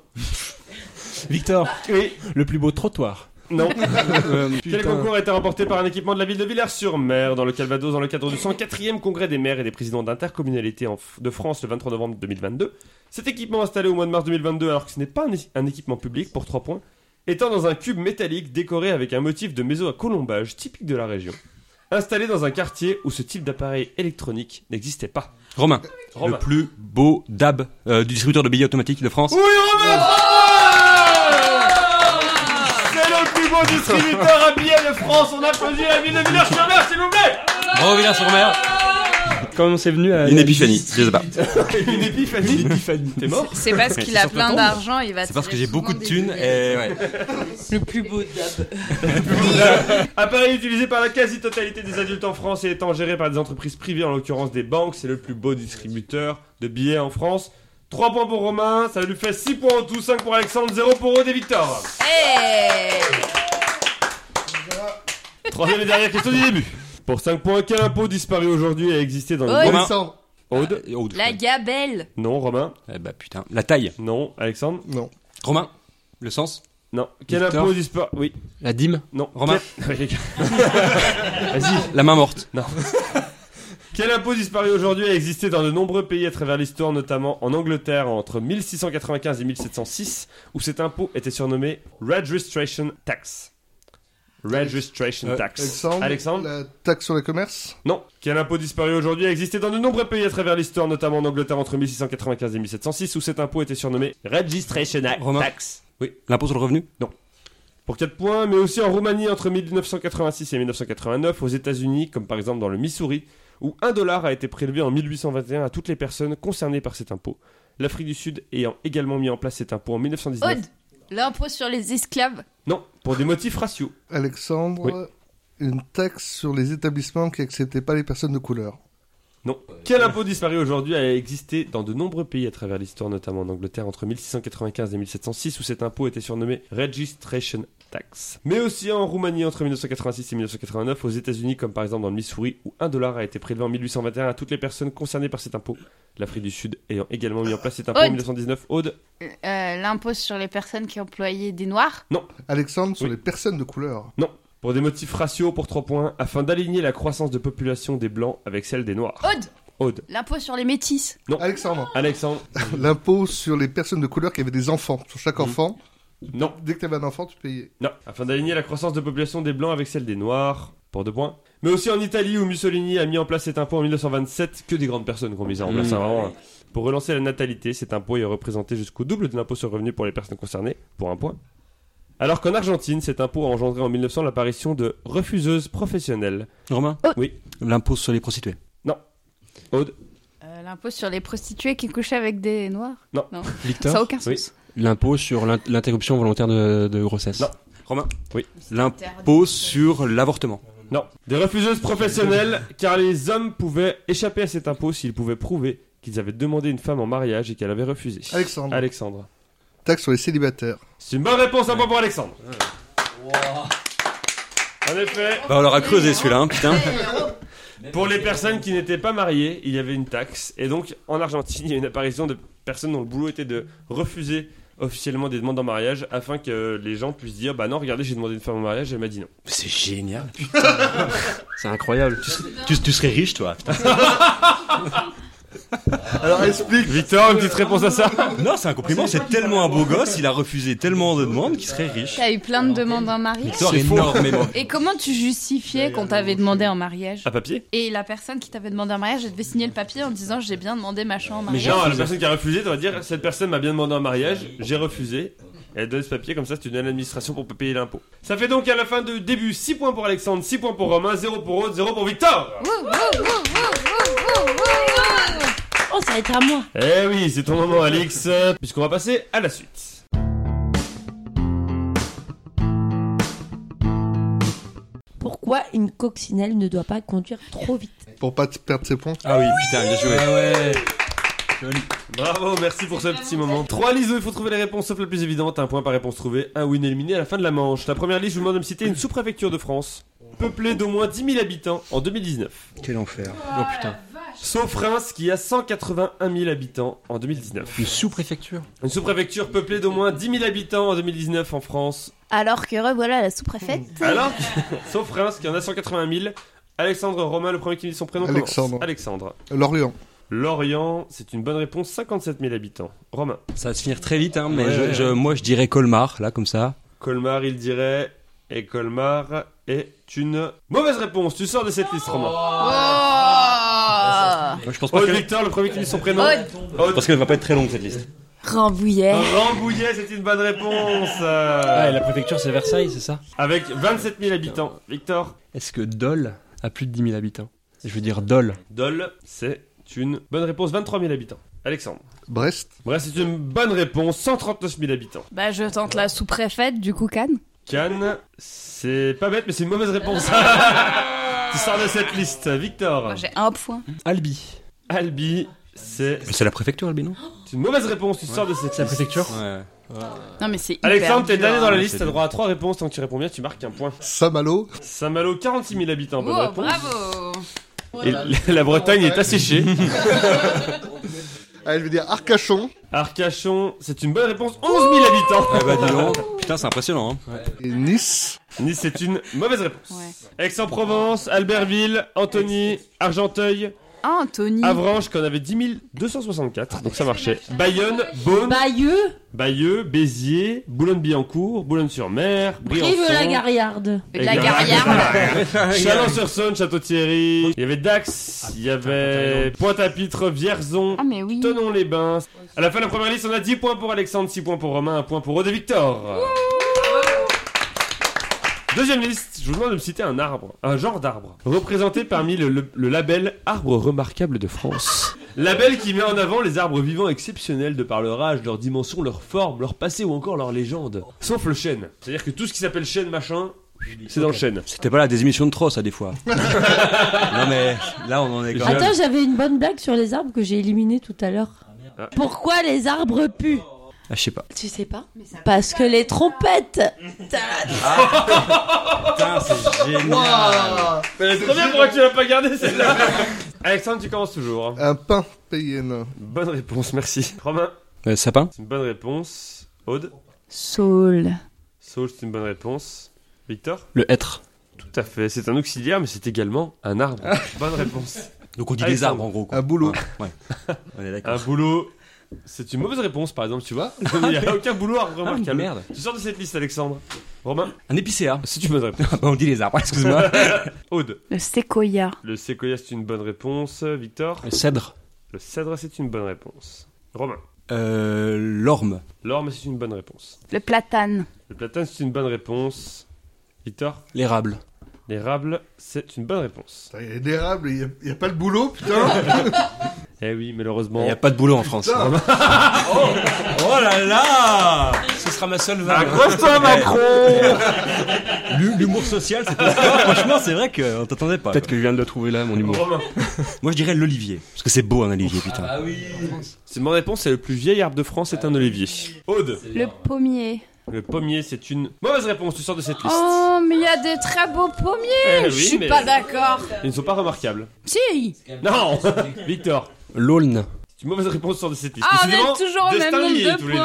[SPEAKER 3] Victor
[SPEAKER 1] Oui
[SPEAKER 3] Le plus beau trottoir. Euh,
[SPEAKER 1] Non. Euh, Quel
[SPEAKER 3] Putain.
[SPEAKER 1] concours a été remporté par un équipement de la ville de Villers-sur-Mer dans le Calvados dans le cadre du 104e congrès des maires et des présidents d'intercommunalité en F- de France le 23 novembre 2022 Cet équipement installé au mois de mars 2022 alors que ce n'est pas un, é- un équipement public pour 3 points étant dans un cube métallique décoré avec un motif de méso à colombage typique de la région. Installé dans un quartier où ce type d'appareil électronique n'existait pas.
[SPEAKER 3] Romain.
[SPEAKER 1] Romain.
[SPEAKER 3] Le plus beau DAB euh, du distributeur de billets automatique de France.
[SPEAKER 1] Oui, Romain C'est le plus beau distributeur à billets de France On applaudit la ville de Villers-sur-Mer, s'il vous plaît
[SPEAKER 3] Bravo Villers-sur-Mer.
[SPEAKER 6] Comment c'est venu euh,
[SPEAKER 1] Euh,
[SPEAKER 6] à.
[SPEAKER 3] Une épiphanie, je sais pas.
[SPEAKER 1] Une épiphanie. T'es mort
[SPEAKER 2] C'est parce qu'il a plein d'argent, il va
[SPEAKER 3] C'est parce que j'ai beaucoup de thunes et ouais.
[SPEAKER 5] Le plus beau dab.
[SPEAKER 1] Appareil utilisé par la quasi-totalité des adultes en France et étant géré par des entreprises privées, en l'occurrence des banques, c'est le plus beau distributeur de billets en France. 3 points pour Romain, ça lui fait 6 points en tout, 5 pour Alexandre, 0 pour Aude et Victor. Troisième et dernière question du début. Pour 5 points, quel impôt disparu aujourd'hui a existé dans le
[SPEAKER 2] Aude.
[SPEAKER 1] monde
[SPEAKER 4] Alexandre
[SPEAKER 1] Aude
[SPEAKER 3] Et Aude, je
[SPEAKER 2] La
[SPEAKER 3] crois.
[SPEAKER 2] gabelle.
[SPEAKER 1] Non, Romain
[SPEAKER 3] Eh bah putain. La taille.
[SPEAKER 1] Non, Alexandre
[SPEAKER 4] Non.
[SPEAKER 3] Romain. Le sens.
[SPEAKER 1] Non. Quel
[SPEAKER 3] Victor.
[SPEAKER 1] impôt disparu Oui,
[SPEAKER 3] La dîme.
[SPEAKER 1] non.
[SPEAKER 3] Romain.
[SPEAKER 1] Quel- Vas-y.
[SPEAKER 3] La main morte.
[SPEAKER 1] Quel impôt disparu aujourd'hui a existé dans de nombreux pays à travers l'histoire, notamment en Angleterre entre 1695 et 1706, où cet impôt était surnommé Registration Tax. Registration
[SPEAKER 3] Euh,
[SPEAKER 1] Tax.
[SPEAKER 4] Alexandre,
[SPEAKER 1] Alexandre
[SPEAKER 4] La taxe sur le commerce
[SPEAKER 1] Non. Quel impôt disparu aujourd'hui a existé dans de nombreux pays à travers l'histoire, notamment en Angleterre entre 1695 et 1706, où cet impôt était surnommé Registration Act-
[SPEAKER 3] Romain.
[SPEAKER 1] Tax. Oui.
[SPEAKER 3] L'impôt sur le revenu.
[SPEAKER 1] Pour 4 points, mais aussi en Roumanie entre 1986 et 1989, aux États-Unis, comme par exemple dans le Missouri, où 1 dollar a été prélevé en 1821 à toutes les personnes concernées par cet impôt. L'Afrique du Sud ayant également mis en place cet impôt en 1919.
[SPEAKER 2] Aude, l'impôt sur les esclaves.
[SPEAKER 1] Non, pour des motifs raciaux.
[SPEAKER 4] Alexandre,
[SPEAKER 1] Oui.
[SPEAKER 4] une taxe sur les établissements qui acceptaient pas les personnes de couleur.
[SPEAKER 1] Non. Euh, Quel impôt disparu aujourd'hui a existé dans de nombreux pays à travers l'histoire, notamment en Angleterre entre 1695 et 1706, où cet impôt était surnommé Registration Tax. Mais aussi en Roumanie entre 1986 et 1989, aux États-Unis, comme par exemple dans le Missouri, où 1 dollar a été prélevé en 1821 à toutes les personnes concernées par cet impôt. L'Afrique du Sud ayant également mis en place cet impôt en
[SPEAKER 2] Aude.
[SPEAKER 1] 1919. Aude
[SPEAKER 2] Euh, l'impôt sur les personnes qui employaient des noirs.
[SPEAKER 4] Alexandre, sur
[SPEAKER 1] Oui.
[SPEAKER 4] les personnes de couleur.
[SPEAKER 1] pour des motifs raciaux pour 3 points, afin d'aligner la croissance de population des Blancs avec celle des Noirs.
[SPEAKER 2] Aude,
[SPEAKER 1] Aude.
[SPEAKER 2] l'impôt sur les métis.
[SPEAKER 4] Alexandre,
[SPEAKER 1] Alexandre
[SPEAKER 4] l'impôt sur les personnes de couleur qui avaient des enfants. Sur chaque
[SPEAKER 1] Mm.
[SPEAKER 4] enfant,
[SPEAKER 1] Non.
[SPEAKER 4] dès que t'avais un enfant, tu payais.
[SPEAKER 1] Non, afin d'aligner la croissance de population des Blancs avec celle des Noirs, pour deux points. Mais aussi en Italie où Mussolini a mis en place cet impôt en 1927, que des grandes personnes qui ont mis ça en place,
[SPEAKER 3] Mmh.
[SPEAKER 1] hein, vraiment, hein. Pour relancer la natalité, cet impôt est représenté jusqu'au double de l'impôt sur le revenu pour les personnes concernées, pour un point. Alors qu'en Argentine, cet impôt a engendré en 1900 l'apparition de refuseuses professionnelles.
[SPEAKER 3] Romain.
[SPEAKER 1] Oui.
[SPEAKER 3] L'impôt sur les prostituées.
[SPEAKER 1] Aude
[SPEAKER 2] Euh, l'impôt sur les prostituées qui couchaient avec des noirs. Ça
[SPEAKER 3] Victor.
[SPEAKER 2] n'a aucun
[SPEAKER 1] Oui.
[SPEAKER 2] sens.
[SPEAKER 3] L'impôt sur l'in- l'interruption volontaire de, de grossesse.
[SPEAKER 1] Non.
[SPEAKER 3] Romain.
[SPEAKER 1] Oui.
[SPEAKER 3] L'impôt Impôt sur l'avortement.
[SPEAKER 1] Non. Des refuseuses professionnelles, car les hommes pouvaient échapper à cet impôt s'ils pouvaient prouver qu'ils avaient demandé une femme en mariage et qu'elle avait refusé.
[SPEAKER 4] Alexandre,
[SPEAKER 1] Alexandre.
[SPEAKER 4] taxe sur les célibataires.
[SPEAKER 1] C'est une bonne réponse à point pour Alexandre. En effet,
[SPEAKER 3] Bah, on leur a creusé celui-là, hein, putain.
[SPEAKER 1] pour les personnes qui n'étaient pas mariées, il y avait une taxe. Et donc, en Argentine, il y a une apparition de personnes dont le boulot était de refuser officiellement des demandes en mariage afin que les gens puissent dire Bah non, regardez, j'ai demandé une femme en mariage, elle m'a dit non.
[SPEAKER 3] C'est génial, putain. C'est incroyable. Tu, serais riche, toi.
[SPEAKER 4] Alors explique.
[SPEAKER 1] Victor, une petite réponse à ça
[SPEAKER 7] Non, c'est un compliment, c'est tellement un beau gosse, il a refusé tellement de demandes qu'il serait riche.
[SPEAKER 2] T'as eu plein de demandes en mariage.
[SPEAKER 7] Victor, énormément.
[SPEAKER 2] Et comment tu justifiais qu'on t'avait demandé en mariage
[SPEAKER 1] À papier
[SPEAKER 2] Et la personne qui t'avait demandé en mariage, elle devait signer le papier en disant j'ai bien demandé machin en
[SPEAKER 1] Mais
[SPEAKER 2] mariage.
[SPEAKER 1] genre, la personne qui a refusé, tu vas dire cette personne m'a bien demandé un mariage, j'ai refusé. Et elle donne ce papier, comme ça, tu donnes à l'administration pour payer l'impôt. Ça fait donc à la fin du début 6 points pour Alexandre, 6 points pour Romain, 0 pour Aude, 0 pour Victor
[SPEAKER 5] Oh, ça va être à moi.
[SPEAKER 1] Eh oui, c'est ton moment, Alix, euh, puisqu'on va passer à la suite.
[SPEAKER 5] Pourquoi une coccinelle ne doit pas conduire trop vite
[SPEAKER 4] Pour pas te perdre ses points.
[SPEAKER 7] Ah oui, putain, bien joué.
[SPEAKER 1] Bravo, merci pour ce petit moment. 3 listes où il faut trouver les réponses, sauf la plus évidente, un point par réponse trouvée, un win éliminé à la fin de la manche. La première liste, je vous demande de me citer une sous-préfecture de France, peuplée d'au moins 10 000 habitants en 2019.
[SPEAKER 6] Quel enfer.
[SPEAKER 3] Oh putain.
[SPEAKER 1] Sauf Reims qui a 181 000 habitants en 2019.
[SPEAKER 3] Une sous-préfecture
[SPEAKER 1] Une sous-préfecture peuplée d'au moins 10 000 habitants en 2019 en France.
[SPEAKER 2] Alors que revoilà la sous-préfète.
[SPEAKER 1] Alors, sauf Reims qui en a 180 000. Alexandre Romain, le premier qui dit son prénom. commence.
[SPEAKER 4] Alexandre.
[SPEAKER 1] Alexandre.
[SPEAKER 4] L'Orient.
[SPEAKER 1] Lorient, c'est une bonne réponse, 57 000 habitants. Romain.
[SPEAKER 3] Ça va se finir très vite, hein, mais
[SPEAKER 1] Ouais.
[SPEAKER 3] je- je- moi je dirais Colmar, là, comme ça.
[SPEAKER 1] Colmar, il dirait. Et Colmar est une mauvaise réponse. Tu sors de cette liste, Romain.
[SPEAKER 2] Oh
[SPEAKER 3] Je pense
[SPEAKER 1] Aude Victor, le premier qui dit son prénom.
[SPEAKER 2] Aude.
[SPEAKER 1] Aude.
[SPEAKER 7] Parce qu'elle va pas être très longue cette liste.
[SPEAKER 2] Rambouillet.
[SPEAKER 1] Rambouillet, c'est une bonne réponse.
[SPEAKER 3] Ah, et la préfecture, c'est Versailles, c'est ça
[SPEAKER 1] Avec 27 000 habitants. Victor.
[SPEAKER 3] Est-ce que Dole a plus de 10 000 habitants Je veux dire Dole.
[SPEAKER 1] Dole, c'est une bonne réponse. 23 000 habitants. Alexandre.
[SPEAKER 4] Brest.
[SPEAKER 1] Bref, c'est une bonne réponse. 139 000 habitants.
[SPEAKER 2] Bah je tente la sous-préfète du coup Cannes.
[SPEAKER 1] Cannes, c'est pas bête, mais c'est une mauvaise réponse. tu sors de cette liste. Victor.
[SPEAKER 2] J'ai un point.
[SPEAKER 3] Albi.
[SPEAKER 1] Albi, c'est
[SPEAKER 3] Mais c'est la préfecture, Albi, non
[SPEAKER 1] une mauvaise réponse. Tu sors de cette liste.
[SPEAKER 3] préfecture
[SPEAKER 7] Ouais.
[SPEAKER 2] Non mais c'est hyper
[SPEAKER 1] Alexandre, t'es
[SPEAKER 2] dur.
[SPEAKER 1] dernier dans la
[SPEAKER 7] Ouais,
[SPEAKER 1] liste.
[SPEAKER 7] Ah,
[SPEAKER 1] T'as
[SPEAKER 7] c'est dur.
[SPEAKER 1] droit à 3 réponses. Tant que tu réponds bien, tu marques un point.
[SPEAKER 4] Saint-Malo.
[SPEAKER 1] Saint-Malo, 46 000 habitants. Bonne
[SPEAKER 2] Oh,
[SPEAKER 1] réponse.
[SPEAKER 2] bravo
[SPEAKER 1] Et la- la Bretagne est asséchée.
[SPEAKER 4] Ah, elle veut dire Arcachon.
[SPEAKER 1] Arcachon, c'est une bonne réponse. 11 000 habitants.
[SPEAKER 7] Ah bah dis donc. Putain, c'est impressionnant. Hein.
[SPEAKER 4] Et Nice.
[SPEAKER 1] Nice, c'est une mauvaise réponse.
[SPEAKER 2] Ouais.
[SPEAKER 1] Aix-en-Provence, Albertville, Anthony, Argenteuil,
[SPEAKER 2] Anthony.
[SPEAKER 1] Avranches, qu'on avait 10 264, donc ça marchait. Bayonne, Beaune,
[SPEAKER 5] Euh, Bayeux,
[SPEAKER 1] Bayeux, Béziers, Boulogne-Billancourt, Boulogne-sur-Mer, Briançon,
[SPEAKER 5] Brive-la-Gaillarde.
[SPEAKER 2] la
[SPEAKER 1] Ah,
[SPEAKER 2] garrière.
[SPEAKER 1] Chalon-sur-Saône, Château-Thierry, il y avait Dax, il y avait Pointe-à-Pitre, Vierzon,
[SPEAKER 2] Ah mais oui.
[SPEAKER 1] Tenon-les-Bains. À la fin de la première liste, on a 10 points pour Alexandre, 6 points pour Romain, 1 point pour Aude et Victor. Deuxième liste, je vous demande de me citer un arbre, un genre d'arbre, représenté parmi le, le- le label Arbre remarquable de France. Label qui met en avant les arbres vivants exceptionnels de par leur âge, leur dimension, leur forme, leur passé ou encore leur légende. Sauf le chêne. C'est-à-dire que tout ce qui s'appelle chêne machin, c'est dans le chêne.
[SPEAKER 7] C'était pas la désémission de trop, ça, des fois. non mais là, on en est quand même.
[SPEAKER 5] Attends, j'avais une bonne blague sur les arbres que j'ai éliminée tout à l'heure.
[SPEAKER 1] Ah.
[SPEAKER 5] Pourquoi les arbres puent
[SPEAKER 7] Ah, je sais pas.
[SPEAKER 5] Tu sais pas Parce que les trompettes
[SPEAKER 7] Putain, c'est génial.
[SPEAKER 1] Très bien, pourquoi tu l'as pas gardé celle-là Alexandre, tu commences toujours.
[SPEAKER 4] Un pain payenne.
[SPEAKER 1] Bonne réponse, merci. Romain,
[SPEAKER 3] Euh, Sapin
[SPEAKER 1] c'est une bonne réponse. Aude,
[SPEAKER 2] Saul.
[SPEAKER 1] Saul, c'est une bonne réponse. Victor
[SPEAKER 3] Le hêtre.
[SPEAKER 1] Tout à fait, c'est un auxiliaire, mais c'est également un arbre. Ah, bonne réponse.
[SPEAKER 7] Donc on dit
[SPEAKER 1] Allez, Euh,
[SPEAKER 7] des arbres en gros. Quoi.
[SPEAKER 4] Un boulot.
[SPEAKER 7] Ouais. ouais. On est
[SPEAKER 1] Un
[SPEAKER 7] d'accord.
[SPEAKER 1] boulot, c'est une mauvaise réponse par exemple, tu vois. Il n'y a aucun boulot à remarquer.
[SPEAKER 7] Ah, merde.
[SPEAKER 1] Tu sors de cette liste, Alexandre. Romain
[SPEAKER 7] Un épicéa.
[SPEAKER 1] C'est une bonne réponse.
[SPEAKER 7] Ah bah, on dit les arbres, excuse-moi.
[SPEAKER 1] Aude
[SPEAKER 2] Le séquoia.
[SPEAKER 1] Le séquoia, c'est une bonne réponse. Victor
[SPEAKER 3] Le cèdre.
[SPEAKER 1] Le cèdre, c'est une bonne réponse. Romain
[SPEAKER 7] Euh, L'orme.
[SPEAKER 1] L'orme, c'est une bonne réponse.
[SPEAKER 2] Le platane.
[SPEAKER 1] Le platane, c'est une bonne réponse. Victor
[SPEAKER 3] L'érable.
[SPEAKER 1] L'érable, c'est une bonne réponse.
[SPEAKER 4] Il y a d'érable, il y a- il y a pas de boulot, putain.
[SPEAKER 1] Eh oui,
[SPEAKER 7] Il
[SPEAKER 1] malheureusement.
[SPEAKER 7] n'y a pas de boulot en France.
[SPEAKER 4] Putain.
[SPEAKER 7] Oh là là Ce sera ma seule
[SPEAKER 1] Ah,
[SPEAKER 7] vanne.
[SPEAKER 1] toi Macron
[SPEAKER 7] L'hu- L'humour social, c'est pas ça. Franchement, c'est vrai qu'on t'attendait pas.
[SPEAKER 3] Peut-être que je viens de le trouver
[SPEAKER 1] eh,
[SPEAKER 3] là, mon humour.
[SPEAKER 1] Romain
[SPEAKER 7] Moi, je dirais l'olivier. Parce que c'est beau un olivier, putain.
[SPEAKER 1] C'est une bonne réponse, c'est le plus vieil arbre de France, c'est un olivier. Aude
[SPEAKER 2] Le pommier.
[SPEAKER 1] Le pommier, c'est une mauvaise réponse, tu sors de cette liste.
[SPEAKER 2] Oh, mais il y a des très beaux pommiers.
[SPEAKER 1] Eh oui,
[SPEAKER 2] Je suis
[SPEAKER 1] mais
[SPEAKER 2] pas d'accord.
[SPEAKER 1] Ils ne sont pas remarquables.
[SPEAKER 2] Si.
[SPEAKER 1] Non Victor
[SPEAKER 3] L'Aulne.
[SPEAKER 1] C'est une mauvaise réponse sur de cette liste.
[SPEAKER 2] Ah, on est
[SPEAKER 1] Décidément,
[SPEAKER 2] toujours au même
[SPEAKER 1] destin
[SPEAKER 2] nombre
[SPEAKER 1] lié,
[SPEAKER 2] de
[SPEAKER 1] tous les deux.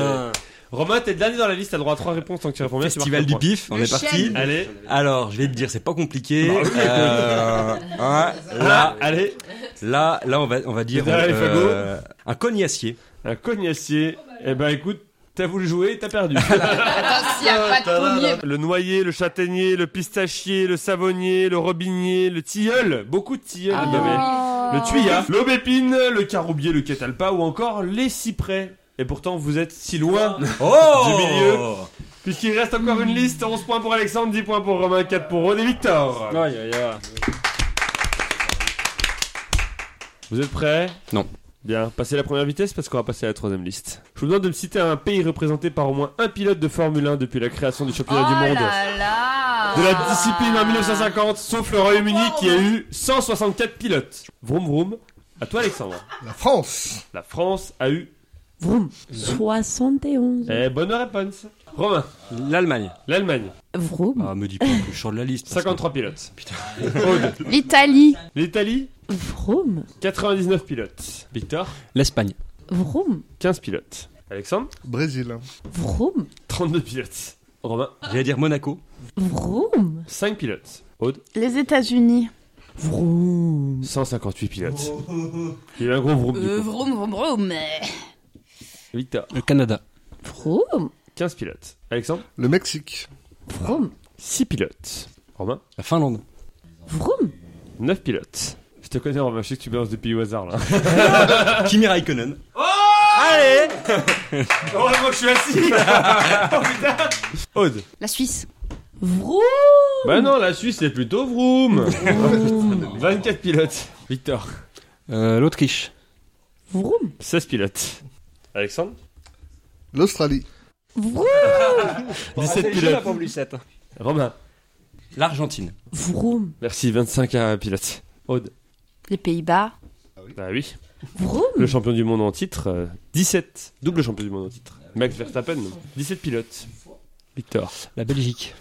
[SPEAKER 1] hein, c'est- Romain, t'es le dernier dans la liste, t'as le droit à trois réponses tant que tu réponds bien. tu
[SPEAKER 7] Euh, Festival
[SPEAKER 1] marques
[SPEAKER 7] du
[SPEAKER 1] le
[SPEAKER 7] pif, on
[SPEAKER 2] Le
[SPEAKER 7] est parti.
[SPEAKER 2] chêne.
[SPEAKER 1] point. Allez,
[SPEAKER 7] Alors, je vais te dire, c'est pas compliqué. Euh, hein,
[SPEAKER 1] là,
[SPEAKER 7] là,
[SPEAKER 1] allez,
[SPEAKER 7] là, là, on va, on va dire
[SPEAKER 1] derrière les fagots.
[SPEAKER 7] euh, un cognacier.
[SPEAKER 1] un cognacier. Eh ben écoute, t'as voulu jouer, t'as perdu.
[SPEAKER 7] Ah
[SPEAKER 2] Attends, s'il n'y a pas de pommier. bah,
[SPEAKER 1] le noyer, le châtaignier, le pistachier, le savonnier, le robinier, le tilleul, beaucoup de tilleuls.
[SPEAKER 2] Ah.
[SPEAKER 1] il y avait. Ah, Le
[SPEAKER 2] Oh.
[SPEAKER 1] hein, tuya, l'aubépine, le caroubier, le catalpa ou encore les cyprès. Et pourtant, vous êtes si loin,
[SPEAKER 7] Oh
[SPEAKER 1] Du milieu. puisqu'il reste encore une liste 11 points pour Alexandre, 10 points pour Romain, 4 pour René Victor.
[SPEAKER 6] Aïe, aïe, aïe.
[SPEAKER 1] Vous êtes prêts
[SPEAKER 7] Non.
[SPEAKER 1] Bien, passez la première vitesse parce qu'on va passer à la troisième liste. Je vous demande de me citer un pays représenté par au moins un pilote de Formule 1 depuis la création du
[SPEAKER 2] Oh
[SPEAKER 1] championnat du monde.
[SPEAKER 2] là là
[SPEAKER 1] De la discipline en 1950, sauf le Royaume-Uni qui a eu 164 pilotes. Vroom vroom. À toi Alexandre.
[SPEAKER 4] La France.
[SPEAKER 1] La France a eu.
[SPEAKER 5] 71.
[SPEAKER 1] Eh, bonne réponse. Romain.
[SPEAKER 7] L'Allemagne.
[SPEAKER 1] L'Allemagne.
[SPEAKER 2] Vroom.
[SPEAKER 7] Ah, me dis pas que je sors de la liste. parce que-
[SPEAKER 1] 53 pilotes. Aude.
[SPEAKER 2] L'Italie.
[SPEAKER 1] L'Italie,
[SPEAKER 5] Vroom.
[SPEAKER 1] 99 pilotes. Victor,
[SPEAKER 3] L'Espagne.
[SPEAKER 5] Vroom.
[SPEAKER 1] 15 pilotes. Alexandre,
[SPEAKER 4] Brésil.
[SPEAKER 5] Vroom.
[SPEAKER 1] 32 pilotes. Romain,
[SPEAKER 7] J'allais dire Monaco.
[SPEAKER 5] Vroom.
[SPEAKER 1] 5 pilotes. Aude,
[SPEAKER 8] Les États-Unis.
[SPEAKER 5] Vroom.
[SPEAKER 1] 158 pilotes. Il y a eu un gros groupe
[SPEAKER 2] Euh,
[SPEAKER 1] du coup.
[SPEAKER 2] vroom, vroom, vroom.
[SPEAKER 1] Victor,
[SPEAKER 3] Le Euh, Canada.
[SPEAKER 5] Vroom.
[SPEAKER 1] 15 pilotes. Alexandre,
[SPEAKER 4] Le Mexique.
[SPEAKER 5] Vroom.
[SPEAKER 1] 6 pilotes. Romain,
[SPEAKER 7] La Finlande.
[SPEAKER 5] Vroom.
[SPEAKER 1] 9 pilotes. Je te connais Romain, je sais que tu balances des pays au hasard là.
[SPEAKER 7] Kimi Raikkonen.
[SPEAKER 1] Allez Heureusement que Oh, je suis assis Oh, Aude
[SPEAKER 2] La Suisse.
[SPEAKER 5] Vroom.
[SPEAKER 1] Bah non, la Suisse c'est plutôt Vroom 24 pilotes. Victor,
[SPEAKER 3] Euh, L'Autriche.
[SPEAKER 5] Vroom.
[SPEAKER 1] 16 pilotes. Alexandre
[SPEAKER 4] L'Australie.
[SPEAKER 5] Vroom.
[SPEAKER 7] Ah,
[SPEAKER 1] 17 pilotes. Romain.
[SPEAKER 7] L'Argentine.
[SPEAKER 5] Vroom.
[SPEAKER 1] Merci, 25 à pilotes. Aude.
[SPEAKER 2] Les Pays-Bas.
[SPEAKER 1] Bah oui.
[SPEAKER 5] Vroom.
[SPEAKER 1] Le champion du monde en titre, euh, 17. Double champion du monde en titre. Max Verstappen, 17 pilotes. Victor.
[SPEAKER 3] La Belgique.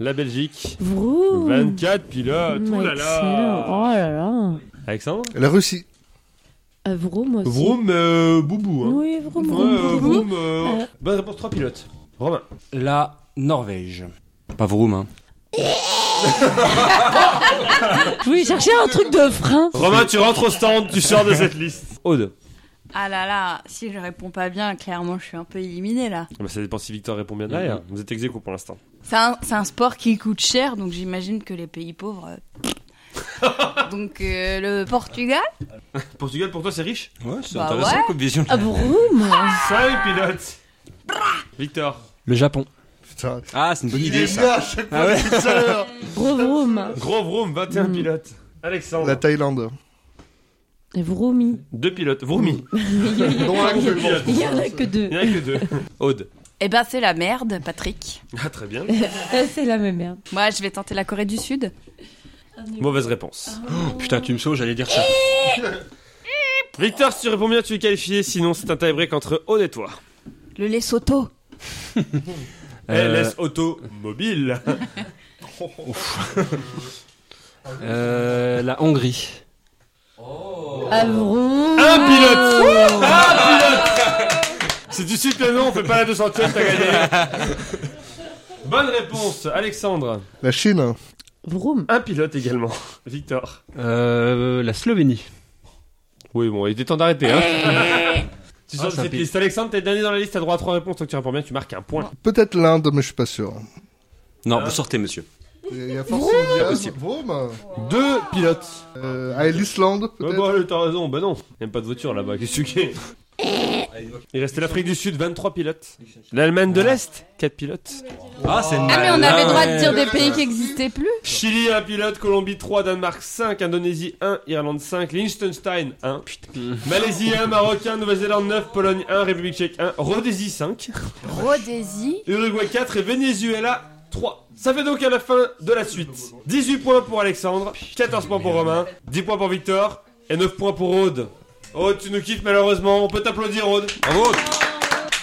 [SPEAKER 1] La Belgique,
[SPEAKER 5] Vroom.
[SPEAKER 1] 24 pilotes.
[SPEAKER 5] Excellent.
[SPEAKER 1] Oh là là.
[SPEAKER 5] Oh là là.
[SPEAKER 1] Alexandre
[SPEAKER 4] La Russie.
[SPEAKER 5] Euh, Vroom aussi.
[SPEAKER 1] Vroom, euh, boubou. Hein.
[SPEAKER 5] Oui, Vroom.
[SPEAKER 1] Ouais,
[SPEAKER 5] Vroom.
[SPEAKER 1] euh,
[SPEAKER 5] vroom.
[SPEAKER 1] vroom, euh,
[SPEAKER 5] Euh.
[SPEAKER 1] Bonne réponse, 3 pilotes. Romain.
[SPEAKER 7] La Norvège. Pas Vroom, hein.
[SPEAKER 5] Je voulais chercher un truc de frein.
[SPEAKER 1] Romain, tu rentres au stand, tu sors de cette liste. Aude.
[SPEAKER 2] Ah là là, si je réponds pas bien, clairement, je suis un peu éliminée là.
[SPEAKER 1] Ah bah, ça dépend si Victor répond bien derrière. Vous êtes ex aequo pour l'instant.
[SPEAKER 2] C'est un, c'est un sport qui coûte cher, donc j'imagine que les pays pauvres. euh, donc euh, le Portugal
[SPEAKER 1] Portugal, pour toi, c'est riche
[SPEAKER 7] Ouais, c'est
[SPEAKER 2] Bah
[SPEAKER 7] intéressant
[SPEAKER 2] ouais.
[SPEAKER 7] comme vision.
[SPEAKER 5] Ah, Vroom.
[SPEAKER 1] 5 pilotes. Victor.
[SPEAKER 3] Le Japon.
[SPEAKER 4] Putain.
[SPEAKER 7] Ah, c'est une bonne
[SPEAKER 4] Il
[SPEAKER 7] idée, Ah
[SPEAKER 4] est
[SPEAKER 7] ça.
[SPEAKER 4] bien à chaque fois depuis tout à l'heure.
[SPEAKER 5] Vroom.
[SPEAKER 1] Gros vroom, 21 pilotes.
[SPEAKER 4] La
[SPEAKER 1] Alexandre,
[SPEAKER 4] Thaïlande.
[SPEAKER 5] Vroomi.
[SPEAKER 1] deux pilotes. Vroumi,
[SPEAKER 4] Non, actuellement.
[SPEAKER 5] Il y en a que deux.
[SPEAKER 1] il n'y en a que deux. Aude.
[SPEAKER 2] Eh ben c'est la merde, Patrick.
[SPEAKER 1] Ah, très bien.
[SPEAKER 5] C'est la même merde.
[SPEAKER 2] Moi, je vais tenter la Corée du Sud.
[SPEAKER 1] Mauvaise réponse.
[SPEAKER 3] Oh, Putain, tu me sauves, j'allais dire ça.
[SPEAKER 1] Victor, si tu réponds bien, tu es qualifié. Sinon, c'est un tie-break entre Aude et toi.
[SPEAKER 2] Le Lesotho.
[SPEAKER 3] Euh,
[SPEAKER 1] LS Auto Mobile.
[SPEAKER 3] euh, la Hongrie.
[SPEAKER 5] Ah, Vroom.
[SPEAKER 1] Un pilote Un pilote Si tu cites le nom, on fait pas la 200 t'as gagné. Bonne réponse, Alexandre.
[SPEAKER 4] La Chine.
[SPEAKER 5] Vroom.
[SPEAKER 1] Un pilote également. Victor.
[SPEAKER 3] Euh, la Slovénie.
[SPEAKER 1] Oui, bon, il était temps d'arrêter. Tu sors
[SPEAKER 3] Ah,
[SPEAKER 1] de
[SPEAKER 3] ça
[SPEAKER 1] cette
[SPEAKER 3] pique.
[SPEAKER 1] liste. Alexandre, t'es le dernier dans la liste, t'as droit à 3 réponses. Tant que tu réponds bien, tu marques un point.
[SPEAKER 4] Peut-être l'Inde, mais je suis pas sûr.
[SPEAKER 7] Non, vous sortez, monsieur.
[SPEAKER 4] Il y a forcément
[SPEAKER 7] Pas
[SPEAKER 4] des
[SPEAKER 7] possible.
[SPEAKER 4] Vroom.
[SPEAKER 1] Deux pilotes.
[SPEAKER 4] Euh, à l'Islande,
[SPEAKER 1] Ouais,
[SPEAKER 4] peut-être.
[SPEAKER 1] bah, ouais, t'as raison, bah non. Il n'y a pas de voiture là-bas, qu'est-ce que tu fais Il restait l'Afrique du Sud, 23 pilotes. L'Allemagne de l'Est, 4 pilotes.
[SPEAKER 7] Ah, c'est
[SPEAKER 2] Ah mais on avait le droit de dire des pays qui n'existaient plus.
[SPEAKER 1] Chili, 1 pilote. Colombie, 3. Danemark, 5. Indonésie, 1. Irlande, 5. Liechtenstein, 1. Malaisie, 1. Maroc, 1. Nouvelle-Zélande, 9. Pologne, 1. République tchèque, 1. Rhodésie, 5.
[SPEAKER 2] Rhodésie.
[SPEAKER 1] Uruguay, 4. Et Venezuela, 3. Ça fait donc à la fin de la suite. 18 points pour Alexandre, 14 points pour Romain, 10 points pour Victor et 9 points pour Aude. Aude, tu nous quittes malheureusement. On peut t'applaudir, Aude.
[SPEAKER 7] Bravo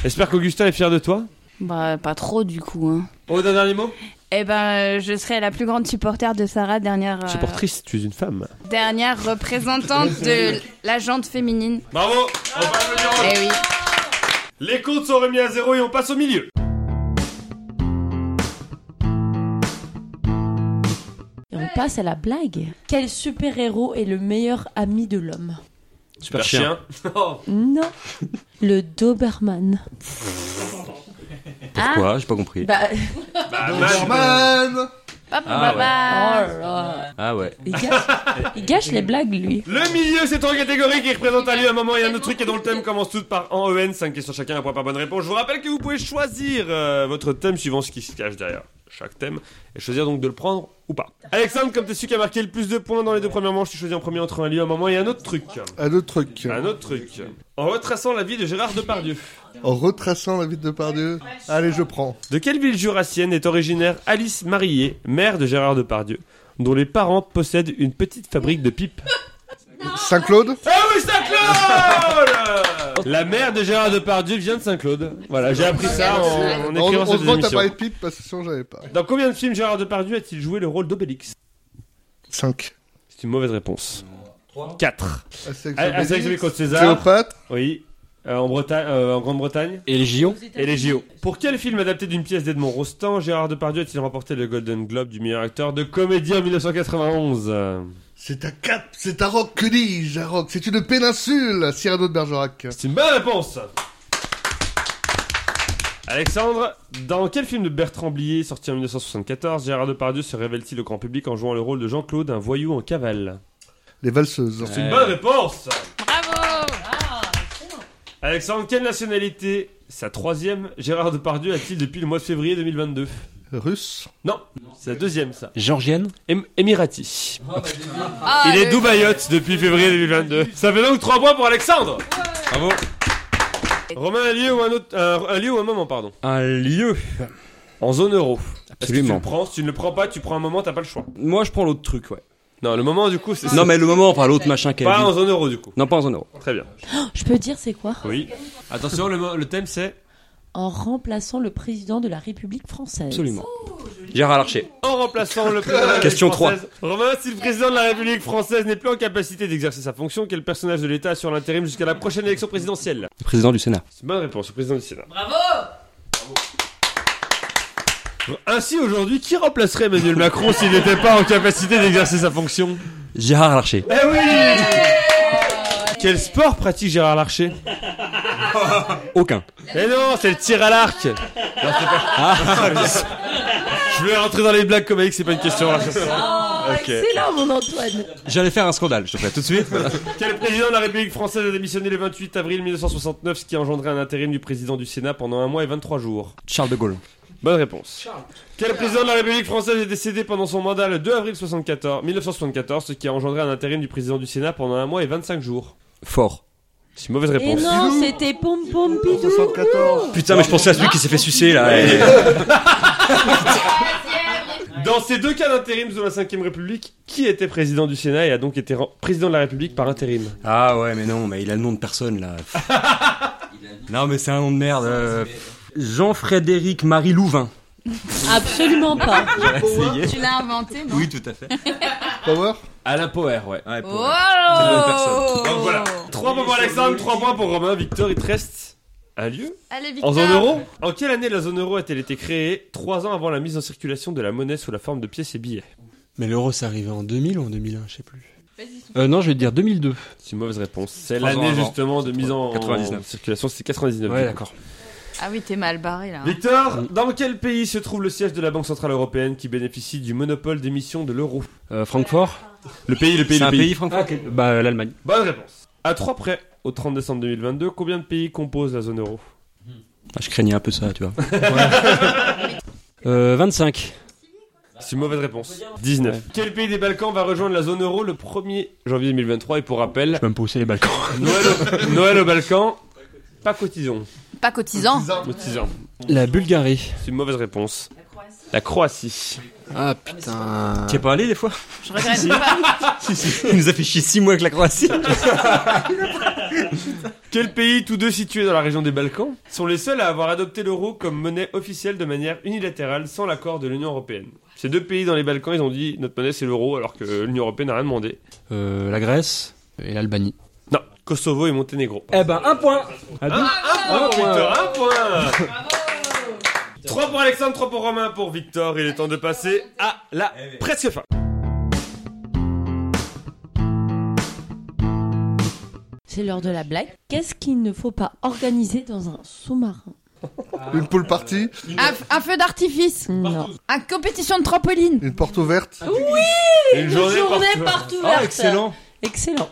[SPEAKER 1] J'espère qu'Augustin est fier de toi.
[SPEAKER 2] Bah pas trop du coup. Hein.
[SPEAKER 1] Aude, un dernier mot
[SPEAKER 2] Eh ben euh, je serai la plus grande supporter de Sarah, dernière euh,
[SPEAKER 1] Supportrice, tu es une femme.
[SPEAKER 2] dernière représentante de la jante féminine.
[SPEAKER 1] Bravo On va applaudir Aude.
[SPEAKER 2] Eh oui.
[SPEAKER 1] Les comptes sont remis à zéro et on passe au milieu.
[SPEAKER 5] Et on passe à la blague. Quel super-héros est le meilleur ami de l'homme
[SPEAKER 1] Super chien.
[SPEAKER 5] Non. Le Doberman. Ah,
[SPEAKER 7] Quoi J'ai pas compris.
[SPEAKER 5] bah,
[SPEAKER 4] Ah,
[SPEAKER 1] Bah, man.
[SPEAKER 4] Doberman
[SPEAKER 2] Papa,
[SPEAKER 7] Ah,
[SPEAKER 2] papa.
[SPEAKER 5] oh là.
[SPEAKER 7] Ah ouais.
[SPEAKER 5] Il gâche, il gâche les blagues, lui.
[SPEAKER 1] Le milieu, c'est trois catégories qui représentent un lieu, un moment et un autre truc et dont le thème commence toutes par en EN, 5 questions chacun, un point par bonne réponse. Je vous rappelle que vous pouvez choisir euh, votre thème suivant ce qui se cache derrière chaque thème et choisir donc de le prendre ou pas. Alexandre, comme t'es celui qui a marqué le plus de points dans les deux premières manches, tu choisis en premier entre un lieu, un moment et un autre truc.
[SPEAKER 4] Un autre truc.
[SPEAKER 1] Un autre truc. En retraçant la vie de Gérard Depardieu.
[SPEAKER 4] En retraçant la vie de Pardieu. Allez, je prends.
[SPEAKER 1] De quelle ville jurassienne est originaire Alice Marillier, mère de Gérard Depardieu, dont les parents possèdent une petite fabrique de pipes
[SPEAKER 4] Saint-Claude
[SPEAKER 1] Ah oui, Saint-Claude La mère de Gérard Depardieu vient de Saint-Claude. Voilà, j'ai appris ça en, en
[SPEAKER 4] On, on
[SPEAKER 1] écrivant
[SPEAKER 4] se
[SPEAKER 1] cette
[SPEAKER 4] voit que t'as
[SPEAKER 1] émission.
[SPEAKER 4] parlé de pipe parce que sinon j'avais pas.
[SPEAKER 1] Dans combien de films Gérard Depardieu a-t-il joué le rôle d'Obélix
[SPEAKER 4] 5.
[SPEAKER 1] C'est une mauvaise réponse. 4.
[SPEAKER 4] Ah,
[SPEAKER 1] Astérix et Obélix contre César.
[SPEAKER 4] Cléopâtre
[SPEAKER 1] Oui. Euh, en, Bretagne, euh, en Grande-Bretagne
[SPEAKER 3] Et les Gion
[SPEAKER 1] et les JO. Pour quel film adapté d'une pièce d'Edmond Rostand, Gérard Depardieu a-t-il remporté le Golden Globe du meilleur acteur de comédie en 1991 Euh,
[SPEAKER 4] C'est un cap, c'est un roc, que dis-je, un roc C'est une péninsule, Cyrano de Bergerac.
[SPEAKER 1] C'est une bonne réponse Alexandre, dans quel film de Bertrand Blier, sorti en 1974, Gérard Depardieu se révèle-t-il au grand public en jouant le rôle de Jean-Claude, un voyou en cavale
[SPEAKER 4] Les valseuses.
[SPEAKER 1] C'est une
[SPEAKER 7] Euh,
[SPEAKER 1] bonne réponse
[SPEAKER 2] Bravo.
[SPEAKER 1] Alexandre, quelle nationalité, sa troisième, Gérard Depardieu a-t-il depuis le mois de février 2022
[SPEAKER 4] Russe.
[SPEAKER 1] C'est la deuxième, ça.
[SPEAKER 3] Georgienne
[SPEAKER 1] Em- Emirati.
[SPEAKER 2] Ah,
[SPEAKER 1] Il est
[SPEAKER 2] le-
[SPEAKER 1] Dubaïote depuis février 2022. Ça fait donc 3 points pour Alexandre
[SPEAKER 7] Bravo.
[SPEAKER 1] Romain, un lieu ou un, autre, euh, un- un lieu ou un moment, pardon
[SPEAKER 7] Un lieu.
[SPEAKER 1] En zone euro. Est-ce que tu
[SPEAKER 7] Absolument.
[SPEAKER 1] le prends Si tu ne le prends pas, tu prends un moment, t'as pas le choix.
[SPEAKER 7] Moi, je prends l'autre truc, ouais.
[SPEAKER 1] Non, le moment, du coup,
[SPEAKER 2] Ah.
[SPEAKER 1] c'est...
[SPEAKER 7] Non, mais le moment, enfin l'autre machin qu'elle
[SPEAKER 1] Pas en
[SPEAKER 7] dit.
[SPEAKER 1] zone euro, du coup.
[SPEAKER 7] Non, pas en zone
[SPEAKER 2] Oh,
[SPEAKER 7] euro.
[SPEAKER 1] Très bien.
[SPEAKER 5] Je peux dire c'est quoi
[SPEAKER 1] Oui. Attention, le, mo- le thème c'est
[SPEAKER 5] En remplaçant le président de la République française.
[SPEAKER 7] Absolument.
[SPEAKER 2] oh,
[SPEAKER 7] Gérard Larcher.
[SPEAKER 1] en remplaçant le président de la République
[SPEAKER 7] Question
[SPEAKER 1] française. Romain, si le président de la République française n'est plus en capacité d'exercer sa fonction, quel personnage de l'État assure l'intérim jusqu'à la prochaine élection présidentielle
[SPEAKER 7] Président du Sénat.
[SPEAKER 1] C'est une bonne réponse, le président du Sénat. Bravo ainsi, aujourd'hui, qui remplacerait Emmanuel Macron s'il n'était pas en capacité d'exercer sa fonction
[SPEAKER 7] Gérard Larcher.
[SPEAKER 1] Eh oui Quel sport pratique Gérard Larcher
[SPEAKER 7] Aucun.
[SPEAKER 1] Eh non, c'est le tir à l'arc Non, c'est pas...
[SPEAKER 7] Ah.
[SPEAKER 1] Je vais rentrer dans les blagues comiques, c'est pas une question. là, ce soir. Ok.
[SPEAKER 5] Oh, Excellent, mon Antoine.
[SPEAKER 7] J'allais faire un scandale, je te plaît, tout de suite.
[SPEAKER 1] Quel président de la République française a démissionné le 28 avril 1969, ce qui a engendré un intérim du président du Sénat pendant un mois et 23 jours
[SPEAKER 7] Charles de Gaulle.
[SPEAKER 1] Bonne réponse. Quel président de la République française est décédé pendant son mandat le 2 avril 74, 1974, ce qui a engendré un intérim du président du Sénat pendant un mois et 25 jours
[SPEAKER 7] Fort.
[SPEAKER 1] C'est une mauvaise
[SPEAKER 5] Et
[SPEAKER 1] réponse.
[SPEAKER 5] non, c'était Pom Pom Pidou.
[SPEAKER 4] 74.
[SPEAKER 7] Putain, mais je pensais à celui qui s'est fait sucer là.
[SPEAKER 1] Dans ces deux cas d'intérim de la 5ème République, qui était président du Sénat et a donc été ren- président de la République par intérim
[SPEAKER 7] Ah ouais, mais non, mais il a le nom de personne là. non, mais c'est un nom de merde. euh, Jean-Frédéric Marie Louvain.
[SPEAKER 5] Absolument pas.
[SPEAKER 2] Tu l'as inventé, non
[SPEAKER 7] tout à fait.
[SPEAKER 4] Power.
[SPEAKER 1] Alain Poher, ouais.
[SPEAKER 7] Ouais, pour-
[SPEAKER 2] Oh
[SPEAKER 1] Donc voilà. 3 points pour Alexandre, 3 points pour Romain. Victor, il te reste un lieu
[SPEAKER 2] Allez, Victor.
[SPEAKER 1] En zone euro En quelle année la zone euro a-t-elle été créée 3 ans avant la mise en circulation de la monnaie sous la forme de pièces et billets.
[SPEAKER 3] Mais l'euro, c'est arrivé en 2000 ou en 2001, je sais plus. Euh, non, je vais te dire 2002.
[SPEAKER 1] C'est une mauvaise réponse. C'est
[SPEAKER 7] Trois ans
[SPEAKER 1] l'année
[SPEAKER 7] avant.
[SPEAKER 1] justement de mise en
[SPEAKER 7] 99.
[SPEAKER 1] circulation, c'est 99.
[SPEAKER 3] Ouais,
[SPEAKER 1] du coup.
[SPEAKER 3] d'accord.
[SPEAKER 2] Ah oui, t'es mal barré là.
[SPEAKER 1] Victor, dans quel pays se trouve le siège de la Banque Centrale Européenne qui bénéficie du monopole d'émission de l'euro
[SPEAKER 3] Euh, Francfort
[SPEAKER 1] Le pays, le
[SPEAKER 7] C'est un pays Ah, francophone.
[SPEAKER 3] Bah, euh, l'Allemagne.
[SPEAKER 1] Bonne réponse. À 3 près, au 30 décembre 2022, combien de pays composent la zone euro
[SPEAKER 7] Ah, je craignais un peu ça, tu vois.
[SPEAKER 3] Euh, 25.
[SPEAKER 1] C'est une mauvaise réponse. 19. Quel pays des Balkans va rejoindre la zone euro le 1er janvier 2023 Et pour rappel,
[SPEAKER 3] Même pousser les Balkans.
[SPEAKER 1] Noël, au- Noël aux Balkans, pas cotisant.
[SPEAKER 2] Pas cotisant.
[SPEAKER 1] Cotisant.
[SPEAKER 3] La Bulgarie.
[SPEAKER 1] C'est une mauvaise réponse. La Croatie.
[SPEAKER 3] Ah putain.
[SPEAKER 7] Tu es pas allé des fois
[SPEAKER 2] Je regrette pas.
[SPEAKER 7] Il nous a fait chier 6 mois avec la Croatie.
[SPEAKER 1] Quel pays, tous deux situés dans la région des Balkans, sont les seuls à avoir adopté l'euro comme monnaie officielle de manière unilatérale sans l'accord de l'Union Européenne Ces deux pays dans les Balkans, ils ont dit notre monnaie c'est l'euro alors que l'Union Européenne n'a rien demandé.
[SPEAKER 3] Euh, la Grèce et l'Albanie.
[SPEAKER 1] Non, Kosovo et Monténégro.
[SPEAKER 3] Eh ben, un point. Ah,
[SPEAKER 1] Un point pour Victor, un 3 pour Alexandre, 3 pour Romain, pour Victor. Il est temps de passer à la presque fin.
[SPEAKER 5] C'est l'heure de la blague. Qu'est-ce qu'il ne faut pas organiser dans un sous-marin
[SPEAKER 4] Une pool party,
[SPEAKER 2] Un, un feu d'artifice.
[SPEAKER 5] Non.
[SPEAKER 2] Une compétition de trampoline.
[SPEAKER 4] une porte ouverte.
[SPEAKER 1] Une
[SPEAKER 5] partout
[SPEAKER 7] Ah, excellent.
[SPEAKER 5] Excellent.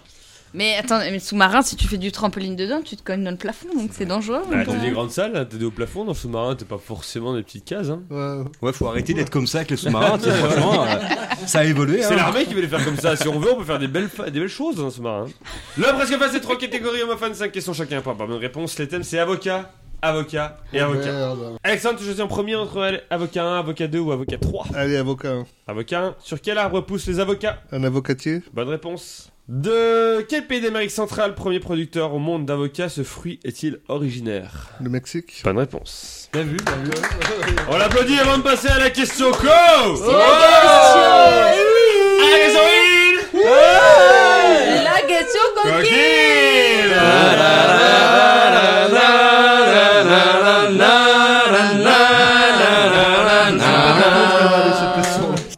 [SPEAKER 2] Mais attends, mais sous-marin, si tu fais du trampoline dedans, tu te cognes dans le plafond, donc c'est dangereux.
[SPEAKER 1] Bah, t'as des grandes salles, t'es au plafond dans le sous-marin, t'es pas forcément des petites cases. Hein.
[SPEAKER 4] Ouais.
[SPEAKER 7] Ouais, faut arrêter d'être comme ça avec les sous-marins. tu sais, franchement, euh, ça a évolué.
[SPEAKER 1] C'est
[SPEAKER 7] hein.
[SPEAKER 1] l'armée qui veut les faire comme ça. Si on veut, on peut faire des belles, fa- des belles choses dans un sous-marin. Là, presque face, c'est trois catégories homophones, 5 questions chacun. Pas bonne réponse. Les thèmes, c'est avocat, avocat et avocat.
[SPEAKER 4] Merde.
[SPEAKER 1] Alexandre, tu choisis en premier entre elle, avocat 1, avocat 2 ou avocat 3.
[SPEAKER 4] Allez, avocat.
[SPEAKER 1] Avocat 1, sur quel arbre poussent les avocats
[SPEAKER 4] Un avocatier
[SPEAKER 1] Bonne réponse. De quel pays d'Amérique centrale, premier producteur au monde d'avocats, ce fruit est-il originaire
[SPEAKER 4] Le Mexique
[SPEAKER 1] Bonne réponse.
[SPEAKER 6] Bien vu, bien vu.
[SPEAKER 1] On l'applaudit avant de passer à la question co
[SPEAKER 5] C'est la question
[SPEAKER 1] Alexandrine
[SPEAKER 5] La question
[SPEAKER 1] Coquille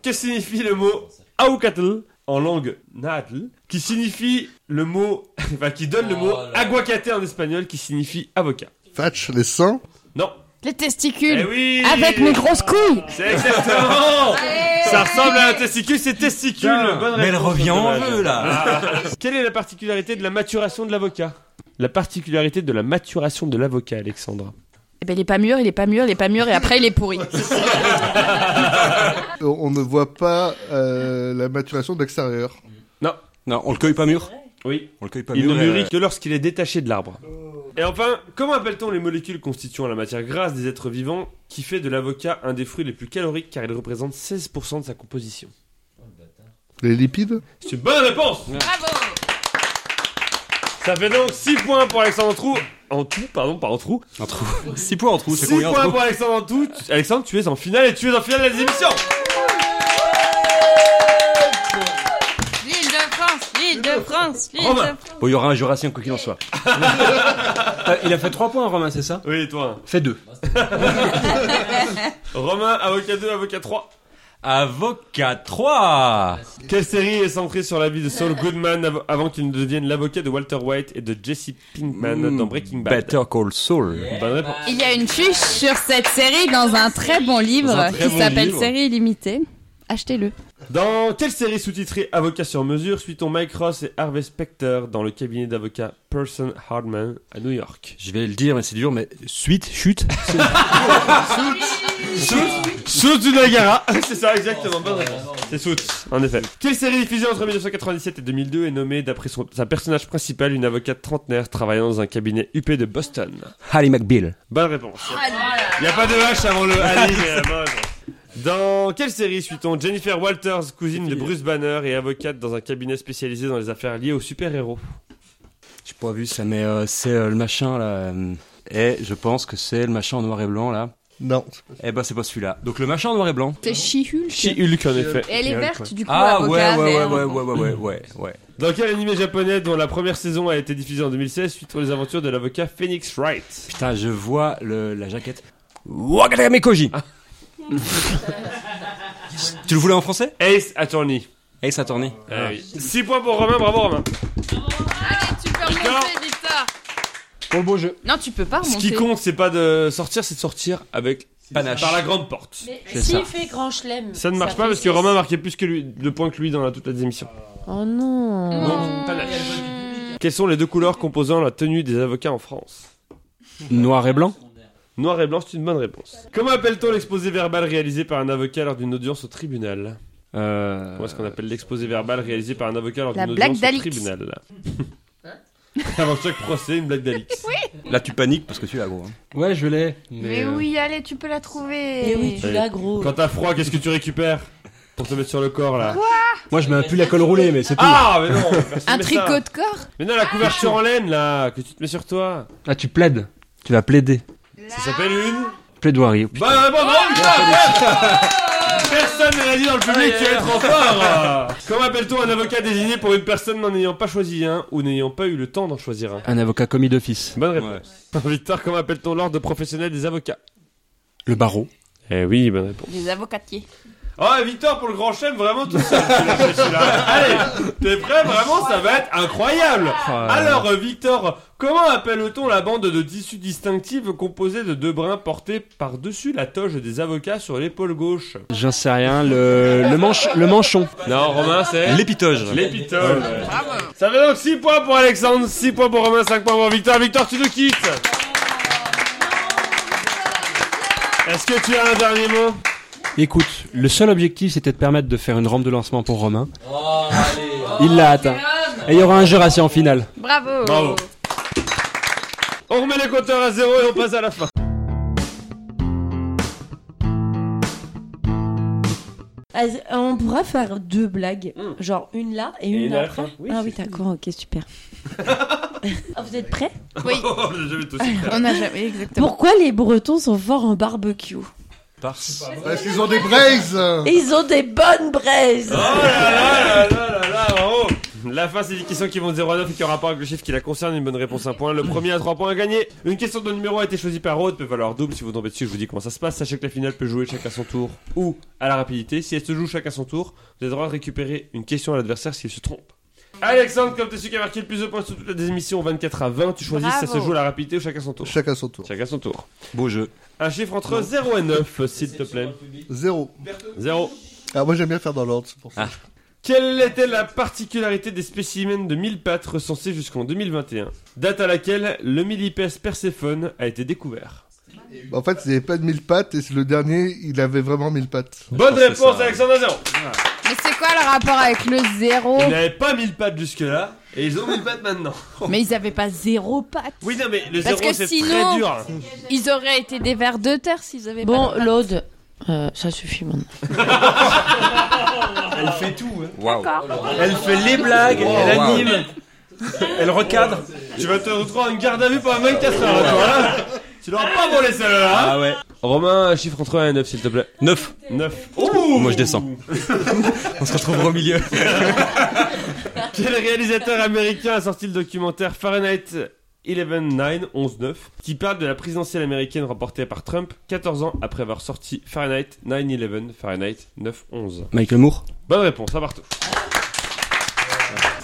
[SPEAKER 1] Que signifie le mot Aukatl en langue naatl Qui signifie le mot... Enfin, qui donne le
[SPEAKER 7] Oh
[SPEAKER 1] mot aguacate en espagnol qui signifie avocat.
[SPEAKER 4] Fatch, les seins
[SPEAKER 1] Non.
[SPEAKER 2] Les
[SPEAKER 1] Eh
[SPEAKER 2] testicules.
[SPEAKER 1] oui
[SPEAKER 2] Avec mes grosses couilles.
[SPEAKER 1] C'est exactement Ça ressemble à un testicule, c'est testicule Bonne
[SPEAKER 7] Mais elle
[SPEAKER 1] réponse,
[SPEAKER 7] revient en
[SPEAKER 1] dommage.
[SPEAKER 7] vœu là.
[SPEAKER 1] Quelle est la particularité de la maturation de l'avocat La particularité de la maturation de l'avocat, Alexandre.
[SPEAKER 2] Eh ben, il est pas mûr, il est pas mûr, il est pas mûr, et après, il est pourri.
[SPEAKER 4] On- On ne voit pas euh, la maturation de l'extérieur.
[SPEAKER 7] Non, on le cueille pas mûr.
[SPEAKER 1] Oui.
[SPEAKER 7] On le cueille pas
[SPEAKER 1] Il
[SPEAKER 7] mûr.
[SPEAKER 1] ne
[SPEAKER 7] euh,
[SPEAKER 1] mûrit que lorsqu'il est détaché de l'arbre. Et enfin, comment appelle-t-on les molécules constituant la matière grasse des êtres vivants qui fait de l'avocat un des fruits les plus caloriques car il représente 16% de sa composition
[SPEAKER 4] Les lipides
[SPEAKER 1] C'est une bonne réponse
[SPEAKER 2] Bravo.
[SPEAKER 1] Ça fait donc 6 points pour Alexandre Trou. En tout, pardon, pas en trou.
[SPEAKER 7] Un trou. 6 points euh, en trou, c'est
[SPEAKER 1] 6
[SPEAKER 7] combien en
[SPEAKER 1] points
[SPEAKER 7] trou
[SPEAKER 1] pour Alexandre en tout. Tu- Alexandre, tu es en finale et tu es en finale des émissions
[SPEAKER 2] L'île de France, l'île de France, l'île de
[SPEAKER 1] Romain.
[SPEAKER 2] France.
[SPEAKER 7] Bon, il y aura un Jurassien quoi qu'il en soit.
[SPEAKER 6] Euh, il a fait 3 points, Romain, c'est ça
[SPEAKER 1] Oui, toi.
[SPEAKER 6] Fait 2.
[SPEAKER 1] Romain, avocat 2, avocat 3.
[SPEAKER 7] Avocat 3
[SPEAKER 1] Quelle série est centrée sur la vie de Saul Goodman av- avant qu'il ne devienne l'avocat de Walter White et de Jesse Pinkman dans Breaking Bad
[SPEAKER 7] Hmm, Better Call Saul.
[SPEAKER 1] Bonne réponse.
[SPEAKER 2] Il y a une fiche sur cette série dans un très bon livre
[SPEAKER 1] Dans un très
[SPEAKER 2] qui
[SPEAKER 1] bon
[SPEAKER 2] s'appelle
[SPEAKER 1] livre.
[SPEAKER 2] Série illimitée. Achetez-le.
[SPEAKER 1] Dans quelle série sous-titrée Avocat sur mesure suit-on Mike Ross et Harvey Specter dans le cabinet d'avocats Person Hardman à New York
[SPEAKER 7] Je vais le dire, mais c'est dur, mais suite, chute.
[SPEAKER 1] Soot du Niagara C'est ça, exactement. Bonne réponse. C'est Soot, en effet. Quelle série diffusée entre 1997 et 2002 est nommée d'après son- sa personnage principal une avocate trentenaire travaillant dans un cabinet huppé de Boston
[SPEAKER 7] Harry McBeal.
[SPEAKER 1] Bonne réponse. Il n'y a pas de H avant le Ali. mais, euh, bonne réponse. Dans quelle série suit-on Jennifer Walters, cousine de Bruce Banner et avocate dans un cabinet spécialisé dans les affaires liées aux super-héros
[SPEAKER 7] J'ai pas vu ça, mais euh, c'est euh, le machin là. euh, Eh, je pense que c'est le machin en noir et blanc là.
[SPEAKER 4] Non.
[SPEAKER 7] Eh ben, c'est pas celui-là. Donc le machin en noir et blanc.
[SPEAKER 2] C'est She-Hulk.
[SPEAKER 1] She-Hulk en effet.
[SPEAKER 2] Et elle est verte du coup.
[SPEAKER 7] Ah ouais,
[SPEAKER 2] avocat,
[SPEAKER 7] ouais, ouais,
[SPEAKER 2] vert.
[SPEAKER 7] ouais, ouais, ouais, ouais, ouais, ouais.
[SPEAKER 1] Dans quel animé japonais dont la première saison a été diffusée en 2016 suit aux aventures de l'avocat Phoenix Wright
[SPEAKER 7] Putain, je vois le, la jaquette. Wakatame Koji Tu le voulais en français Eh,
[SPEAKER 1] Ace Attorney.
[SPEAKER 7] Ace Attorney.
[SPEAKER 1] 6 points pour Romain, bravo Romain.
[SPEAKER 2] Allez, tu peux remonter, Victor.
[SPEAKER 6] Pour le beau jeu.
[SPEAKER 2] Non, tu peux pas
[SPEAKER 1] Ce
[SPEAKER 2] remonter.
[SPEAKER 1] qui compte, c'est pas de sortir, c'est de sortir avec
[SPEAKER 7] Panache.
[SPEAKER 1] par la grande porte.
[SPEAKER 7] C'est
[SPEAKER 5] S'il
[SPEAKER 7] ça.
[SPEAKER 5] fait grand chelem.
[SPEAKER 1] Ça ne marche pas
[SPEAKER 5] fait
[SPEAKER 1] parce que
[SPEAKER 5] six.
[SPEAKER 1] Romain marquait plus que lui, de points que lui dans la- toute la émission.
[SPEAKER 5] Oh non.
[SPEAKER 1] Donc, panache. Quelles sont les deux couleurs composant la tenue des avocats en France
[SPEAKER 7] Noir et blanc
[SPEAKER 1] Noir et blanc, c'est une bonne réponse. Comment appelle-t-on l'exposé verbal réalisé par un avocat lors d'une audience au tribunal
[SPEAKER 7] Euh...
[SPEAKER 1] Comment est-ce qu'on appelle l'exposé verbal réalisé par un avocat lors
[SPEAKER 2] La
[SPEAKER 1] d'une
[SPEAKER 2] blague
[SPEAKER 1] audience au
[SPEAKER 2] d'Alix.
[SPEAKER 1] tribunal Avant chaque procès, une blague d'Alix.
[SPEAKER 7] Là, tu paniques parce que tu l'as gros. hein.
[SPEAKER 6] Ouais, je l'ai.
[SPEAKER 2] Mais
[SPEAKER 6] euh,
[SPEAKER 2] oui, allez, tu peux la trouver.
[SPEAKER 5] Eh oui, tu l'as gros.
[SPEAKER 1] Quand t'as froid, qu'est-ce que tu récupères Pour te mettre sur le corps là.
[SPEAKER 6] Moi, je mets un pull à col roulé, mais c'est tout.
[SPEAKER 1] Ah, mais non personne
[SPEAKER 2] Un
[SPEAKER 1] met ça.
[SPEAKER 2] tricot Ah. de corps
[SPEAKER 1] Mais non, la couverture en laine là, que tu te mets sur toi.
[SPEAKER 6] Ah, tu plaides. Tu vas plaider.
[SPEAKER 1] Ça s'appelle une.
[SPEAKER 6] Plaidoirie.
[SPEAKER 1] Bah, bah, bah, bah, bah, bah. Personne ne l'a dit dans le public, tu es trop fort Comment appelle-t-on un avocat désigné pour une personne n'en ayant pas choisi un ou n'ayant pas eu le temps d'en choisir un
[SPEAKER 3] Un avocat commis d'office.
[SPEAKER 1] Bonne réponse. Victor, comment appelle-t-on l'ordre professionnel des avocats
[SPEAKER 7] Le barreau.
[SPEAKER 1] Eh oui, bonne réponse.
[SPEAKER 2] Les avocatiers.
[SPEAKER 1] Oh, et Victor pour le grand chef, vraiment tout seul. tu l'as fait, celui-là. Allez, t'es prêt Vraiment, ça va être incroyable. Alors, euh, Victor, comment appelle-t-on la bande de tissu distinctive composée de deux brins portés par-dessus la toge des avocats sur l'épaule gauche
[SPEAKER 3] J'en sais rien, le, le, manche, le manchon.
[SPEAKER 1] Non, Romain, c'est
[SPEAKER 7] L'épitoge.
[SPEAKER 1] l'épitole. Ça fait donc 6 points pour Alexandre, 6 points pour Romain, 5 points pour Victor. Victor, tu nous quittes. Est-ce que tu as un dernier mot
[SPEAKER 3] Écoute, le seul objectif c'était de permettre de faire une rampe de lancement pour Romain. Il l'a atteint. Et il y aura un jurassien en finale.
[SPEAKER 2] Bravo.
[SPEAKER 1] Bravo. On remet les compteurs à zéro et on passe à la fin.
[SPEAKER 5] Ah, z- On pourra faire deux blagues, genre une là et une,
[SPEAKER 1] une à la
[SPEAKER 5] après.
[SPEAKER 1] fin. Oui,
[SPEAKER 5] ah oui, d'accord, ok, super. Ah, vous êtes prêts
[SPEAKER 2] Oui,
[SPEAKER 1] Oh, je vais tousser.
[SPEAKER 2] on n'a jamais exactement.
[SPEAKER 5] Pourquoi les Bretons sont forts en barbecue
[SPEAKER 4] Parce qu'ils ont des braises. euh.
[SPEAKER 5] Et Ils ont des bonnes braises
[SPEAKER 1] Oh là là là là là là, bravo La fin, c'est des questions qui vont de 0 à 9 et qui ont rapport avec le chiffre qui la concerne. Une bonne réponse, un point. Le premier à 3 points à gagner. Une question de numéro a été choisie par Rode, peut valoir double. Si vous tombez dessus, je vous dis comment ça se passe. Sachez que la finale peut jouer chacun son tour ou à la rapidité. Si elle se joue chacun son tour, vous avez le droit de récupérer une question à l'adversaire s'il se trompe. Alexandre, comme t'es celui qui a marqué le plus de points sur toutes les émissions, 24 à 20, tu choisis si ça se
[SPEAKER 2] Bravo.
[SPEAKER 1] joue à la rapidité ou chacun son tour.
[SPEAKER 4] Chacun son tour.
[SPEAKER 1] Chacun son tour.
[SPEAKER 7] Beau jeu.
[SPEAKER 1] Un chiffre entre 0 et 9, s'il te plaît.
[SPEAKER 4] Zéro.
[SPEAKER 1] 0.
[SPEAKER 4] Ah, moi j'aime bien faire dans l'ordre, c'est pour ça.
[SPEAKER 1] Quelle était la particularité des spécimens de mille pattes recensés jusqu'en 2021 Date à laquelle le millipèse Perséphone a été découvert.
[SPEAKER 4] En fait, il avait pas de mille pattes et c'est le dernier, il avait vraiment mille pattes.
[SPEAKER 1] Bonne
[SPEAKER 7] pense que
[SPEAKER 1] réponse,
[SPEAKER 7] ça-
[SPEAKER 1] Alexandre Azero
[SPEAKER 2] Mais c'est quoi le rapport avec le zéro
[SPEAKER 1] Ils n'avaient pas mille pattes jusque-là, et ils ont mille pattes maintenant.
[SPEAKER 2] Mais ils avaient pas zéro patte.
[SPEAKER 1] Oui, non, mais le
[SPEAKER 2] Parce
[SPEAKER 1] zéro,
[SPEAKER 2] que
[SPEAKER 1] c'est
[SPEAKER 2] sinon-
[SPEAKER 1] très dur.
[SPEAKER 2] Ils auraient été des vers de terre s'ils avaient
[SPEAKER 5] Bon,
[SPEAKER 2] pas de patte.
[SPEAKER 5] l'Aude, euh, ça suffit maintenant.
[SPEAKER 6] Elle fait tout. hein.
[SPEAKER 7] Waouh.
[SPEAKER 6] Elle fait les blagues,
[SPEAKER 7] Wow,
[SPEAKER 6] elle
[SPEAKER 7] wow.
[SPEAKER 6] anime, elle recadre.
[SPEAKER 1] Tu vas te retrouver en garde à vue pendant 24 heures, toi, là. Tu n'auras pas volé celle-là. hein.
[SPEAKER 7] Ah ouais.
[SPEAKER 1] Romain, un chiffre entre 1 et 9, s'il te plaît.
[SPEAKER 7] 9.
[SPEAKER 1] 9.
[SPEAKER 7] Moi, je descends. On se retrouve au milieu.
[SPEAKER 1] Quel réalisateur américain a sorti le documentaire Fahrenheit 11-9, 11-9, qui parle de la présidentielle américaine remportée par Trump 14 ans après avoir sorti Fahrenheit 9-11, Fahrenheit 9-11
[SPEAKER 7] Michael Moore.
[SPEAKER 1] Bonne réponse, à partout.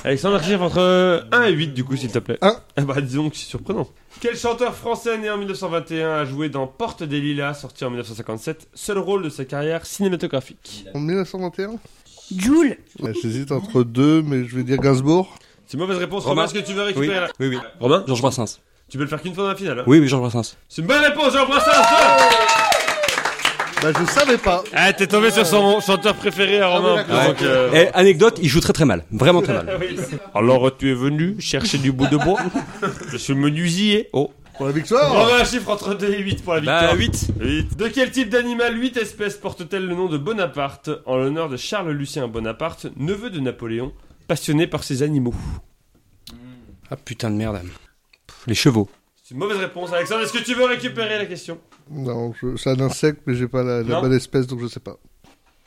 [SPEAKER 1] Alexandre, chiffre entre 1 et 8, du coup, s'il te plaît.
[SPEAKER 4] Un.
[SPEAKER 1] Ah bah, disons que c'est surprenant. Quel chanteur français né en 1921 a joué dans Porte des Lilas, sorti en 1957, seul rôle de sa carrière cinématographique
[SPEAKER 4] En 1921
[SPEAKER 2] Joule.
[SPEAKER 4] Ouais, J'hésite entre deux, mais je vais dire Gainsbourg.
[SPEAKER 1] C'est une mauvaise réponse, Romain,
[SPEAKER 7] Romain.
[SPEAKER 1] est-ce que tu veux
[SPEAKER 7] Oui.
[SPEAKER 1] récupérer la-
[SPEAKER 7] Oui, oui.
[SPEAKER 1] Romain,
[SPEAKER 7] Georges Brassens.
[SPEAKER 1] tu peux le faire qu'une fois dans la finale. hein.
[SPEAKER 7] Oui, oui, Georges Brassens.
[SPEAKER 1] C'est une bonne réponse, Jean Brassens
[SPEAKER 4] Bah, je savais pas.
[SPEAKER 1] Ah, t'es tombé sur son chanteur préféré à Romain. en plus,
[SPEAKER 4] Ah oui,
[SPEAKER 1] donc, euh,
[SPEAKER 7] Et anecdote, il joue très très mal. Vraiment très mal.
[SPEAKER 1] Alors, tu es venu chercher du bout de bois Je suis menuisier. Oh.
[SPEAKER 4] Pour la victoire
[SPEAKER 1] Romain, un chiffre entre 2 et 8 pour la victoire.
[SPEAKER 7] Bah 8.
[SPEAKER 1] Huit. De quel type d'animal 8 espèces portent-elles le nom de Bonaparte en l'honneur de Charles-Lucien Bonaparte, neveu de Napoléon, passionné par ses animaux
[SPEAKER 7] Ah putain de merde. Pff, Les chevaux.
[SPEAKER 1] C'est une mauvaise réponse, Alexandre. Est-ce que tu veux récupérer la question
[SPEAKER 4] Non, je- c'est un insecte, mais j'ai pas la, la
[SPEAKER 1] Non.
[SPEAKER 4] bonne espèce, donc je sais pas.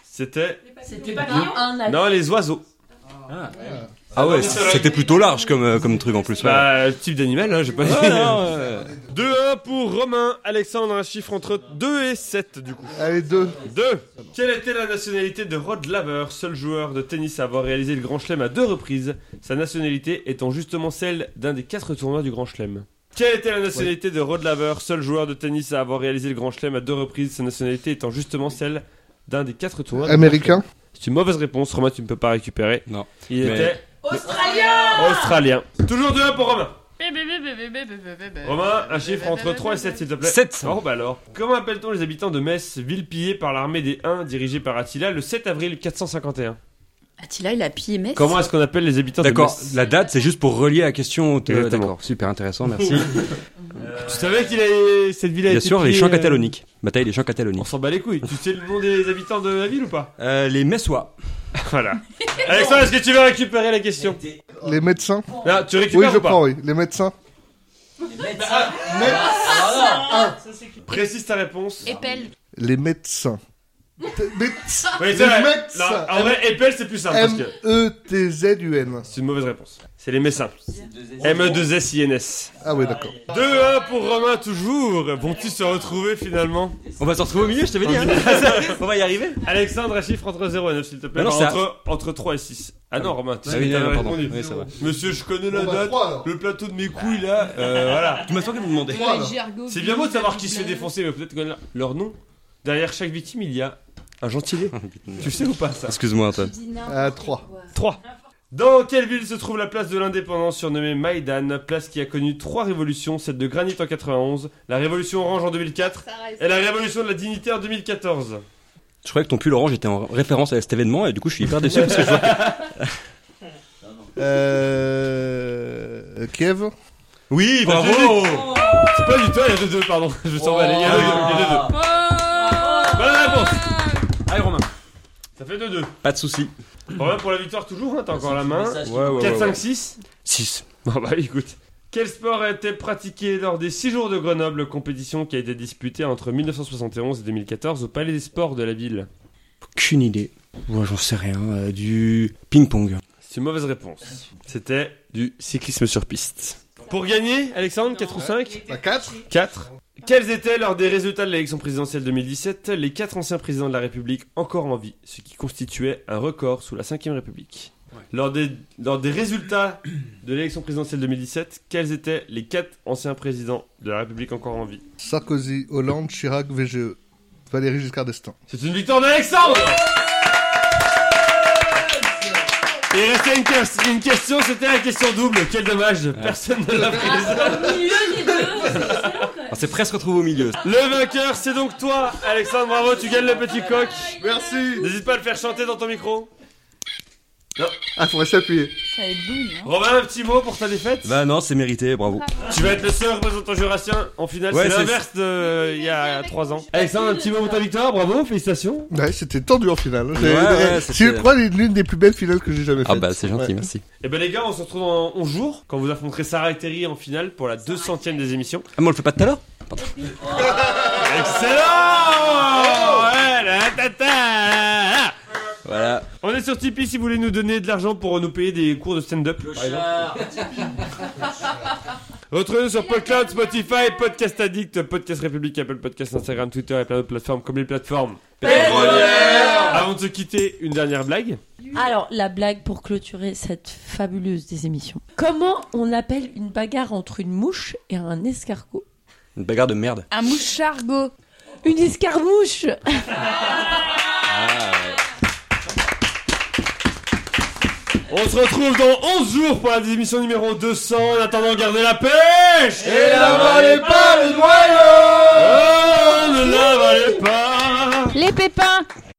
[SPEAKER 1] C'était.
[SPEAKER 5] C'était pas un à
[SPEAKER 1] Non, les oiseaux.
[SPEAKER 7] Ah ouais, c'était plutôt large comme, euh, comme truc en plus. ouais.
[SPEAKER 1] Bah, type d'animal, hein, j'ai pas dit. 2-1 pour Romain, Alexandre, un chiffre entre 2 et 7 du coup.
[SPEAKER 4] Allez, deux.
[SPEAKER 1] 2. Quelle était la nationalité de Rod Laver, seul joueur de tennis à avoir réalisé le Grand Chelem à deux reprises, sa nationalité étant justement celle d'un des quatre tournois du Grand Chelem Quelle était la nationalité de Rod Laver, seul joueur de tennis à avoir réalisé le Grand Chelem à deux reprises, sa nationalité étant justement celle d'un des quatre tournois du Grand
[SPEAKER 4] Américain
[SPEAKER 1] Chelem C'est une mauvaise réponse, Romain, tu ne peux pas récupérer.
[SPEAKER 7] Non.
[SPEAKER 1] Il
[SPEAKER 7] Mais-
[SPEAKER 1] était australien. Toujours 2-1 pour Romain. Romain, un chiffre entre 3 et 7, s'il te plaît.
[SPEAKER 7] 7.
[SPEAKER 1] Oh bah alors. Comment appelle-t-on les habitants de Metz, ville pillée par l'armée des Huns dirigée par Attila le 7 avril 451
[SPEAKER 2] Attila, il a pillé Metz.
[SPEAKER 1] Comment est-ce qu'on appelle les habitants de
[SPEAKER 7] D'accord,
[SPEAKER 1] Metz
[SPEAKER 7] la date c'est juste pour relier la question. au-
[SPEAKER 1] Exactement.
[SPEAKER 7] D'accord, super intéressant, merci.
[SPEAKER 1] Euh, Tu savais qu'il a... cette ville a
[SPEAKER 7] Bien
[SPEAKER 1] été
[SPEAKER 7] sûr, les
[SPEAKER 1] pillée,
[SPEAKER 7] champs
[SPEAKER 1] euh,
[SPEAKER 7] cataloniques. Bataille des champs
[SPEAKER 1] On
[SPEAKER 7] cataloniques.
[SPEAKER 1] s'en bat les couilles. tu sais le nom des habitants de la ville ou pas
[SPEAKER 7] Euh, les Messois.
[SPEAKER 1] Voilà. Alexandre, est-ce que tu veux récupérer la question
[SPEAKER 4] Les médecins
[SPEAKER 1] Non, tu
[SPEAKER 4] Oui,
[SPEAKER 1] récupères
[SPEAKER 4] je
[SPEAKER 1] ou pas
[SPEAKER 4] prends, oui. Les médecins
[SPEAKER 1] Précise ta réponse.
[SPEAKER 2] Épelle.
[SPEAKER 4] Les médecins. Mais
[SPEAKER 1] Oui,
[SPEAKER 4] Les
[SPEAKER 1] c'est vrai.
[SPEAKER 4] mecs,
[SPEAKER 1] Non,
[SPEAKER 4] ça.
[SPEAKER 1] en vrai, Apple, c'est plus simple parce que
[SPEAKER 4] E M-E-T-Z-U-N.
[SPEAKER 1] c'est une mauvaise réponse. C'est les messins. E M2SINS.
[SPEAKER 4] Ah ouais, d'accord.
[SPEAKER 1] 2-1 pour Romain toujours. Vont-ils se retrouver finalement
[SPEAKER 7] On va se retrouver au milieu, je t'avais dit. hein. On va y arriver.
[SPEAKER 1] Alexandre, un chiffre entre 0 et 9, s'il te plaît.
[SPEAKER 7] Bah non,
[SPEAKER 1] Enfin,
[SPEAKER 7] c'est
[SPEAKER 1] entre, entre 3 et 6. Ah non, Romain, tu
[SPEAKER 7] Ah
[SPEAKER 1] sais,
[SPEAKER 7] oui,
[SPEAKER 1] t'avais
[SPEAKER 7] non, pardon.
[SPEAKER 1] répondu.
[SPEAKER 7] Oui, c'est vrai.
[SPEAKER 1] Monsieur, je connais la
[SPEAKER 4] Bon, bah,
[SPEAKER 1] date,
[SPEAKER 4] trois, alors.
[SPEAKER 1] le plateau de mes couilles là. Euh, voilà.
[SPEAKER 7] Tu m'as que vous demandez.
[SPEAKER 4] Moi, là.
[SPEAKER 1] C'est bien beau de savoir qui se fait défoncer, mais peut-être connaître leur nom. Derrière chaque victime, il y a un gentilé. tu sais ou pas ça
[SPEAKER 7] Excuse-moi, Antoine.
[SPEAKER 4] Ah, 3.
[SPEAKER 1] 3. Dans quelle ville se trouve la place de l'indépendance surnommée Maïdan, place qui a connu trois révolutions, celle de granit en 91, la révolution orange en 2004 et la révolution de la dignité en 2014
[SPEAKER 7] Je croyais que ton pull orange était en référence à cet événement et du coup je suis hyper déçu parce que je vois.
[SPEAKER 4] Euh... Kiev
[SPEAKER 7] Oui, bah, bravo
[SPEAKER 1] C'est pas du tout, il y a deux, deux, pardon. Je sens mal, il y a deux, deux, il y a deux, deux. Bonne réponse
[SPEAKER 7] Allez, Romain.
[SPEAKER 1] Ça fait 2-2. Deux, deux.
[SPEAKER 7] Pas de soucis.
[SPEAKER 1] Romain, pour la victoire toujours, hein, t'as encore la main.
[SPEAKER 7] Ouais, ouais,
[SPEAKER 1] 4-5-6
[SPEAKER 7] 6.
[SPEAKER 1] Bon bah écoute. Quel sport a été pratiqué lors des 6 jours de Grenoble, compétition qui a été disputée entre 1971 et 2014 au Palais des Sports de la ville
[SPEAKER 7] Aucune idée. Moi, j'en sais rien. Euh, du ping-pong.
[SPEAKER 1] C'est une mauvaise réponse. C'était du cyclisme sur piste. Pour gagner, Alexandre, 4 ou 5
[SPEAKER 4] La 4
[SPEAKER 1] 4. Quels étaient lors des résultats de l'élection présidentielle 2017 les quatre anciens présidents de la République encore en vie, ce qui constituait un record sous la 5ème République lors, des, lors des résultats de l'élection présidentielle 2017, quels étaient les quatre anciens présidents de la République encore en vie
[SPEAKER 4] Sarkozy, Hollande, Chirac, VGE. Valérie Giscard d'Estaing.
[SPEAKER 1] C'est une victoire d'Alexandre Et il restait une, ques- une question, c'était la question double. Quel dommage, personne ne l'a prise.
[SPEAKER 5] Au milieu des deux, c'est excellent quand même.
[SPEAKER 7] On s'est presque retrouvé au milieu.
[SPEAKER 1] Le vainqueur, c'est donc toi, Alexandre. Bravo, tu gagnes le petit coq.
[SPEAKER 4] Merci
[SPEAKER 1] N'hésite pas à le faire chanter dans ton micro.
[SPEAKER 4] Ah, faut rester appuyé.
[SPEAKER 2] Ça va être douille, hein.
[SPEAKER 1] Romain, un petit mot pour ta défaite.
[SPEAKER 7] Bah non, c'est mérité, bravo.
[SPEAKER 1] Tu vas être le seul représentant jurassien en finale.
[SPEAKER 7] Ouais,
[SPEAKER 1] c'est
[SPEAKER 7] c'est-
[SPEAKER 1] l'inverse de il y a 3 ans. Alexandre, un petit mot pour ta victoire. Bravo, félicitations.
[SPEAKER 4] Ouais, c'était tendu en finale.
[SPEAKER 7] Ouais, ouais,
[SPEAKER 4] Eh,
[SPEAKER 7] c'était-
[SPEAKER 4] c'est, je crois, l'une des plus belles finales que j'ai jamais faites.
[SPEAKER 7] Ah bah c'est gentil,
[SPEAKER 4] Ouais.
[SPEAKER 7] merci.
[SPEAKER 1] Et ben les gars, on se retrouve dans 11 jours quand vous affronterez Sarah et Terry en finale pour la 200ème des émissions.
[SPEAKER 7] Ah mais on le fait pas tout à l'heure
[SPEAKER 1] Excellent Ouais, la tata
[SPEAKER 7] Voilà.
[SPEAKER 1] On est sur Tipeee si vous voulez nous donner de l'argent pour nous payer des cours de stand-up. par exemple. Retrouvez-nous sur PodCloud, Spotify, Podcast Addict, Podcast République, Apple Podcast, Instagram, Twitter et plein d'autres plateformes comme les plateformes. Avant de se quitter, une dernière blague.
[SPEAKER 5] Alors, la blague pour clôturer cette fabuleuse des émissions. Comment on appelle une bagarre entre une mouche et un escargot
[SPEAKER 7] Une bagarre de merde.
[SPEAKER 2] Un mouchargot.
[SPEAKER 5] Une escarmouche
[SPEAKER 1] On se retrouve dans 11 jours pour la émission numéro 200. En attendant, gardez la pêche Et n'avalez pas le noyau Oh, ne l'avalez pas
[SPEAKER 2] Les pépins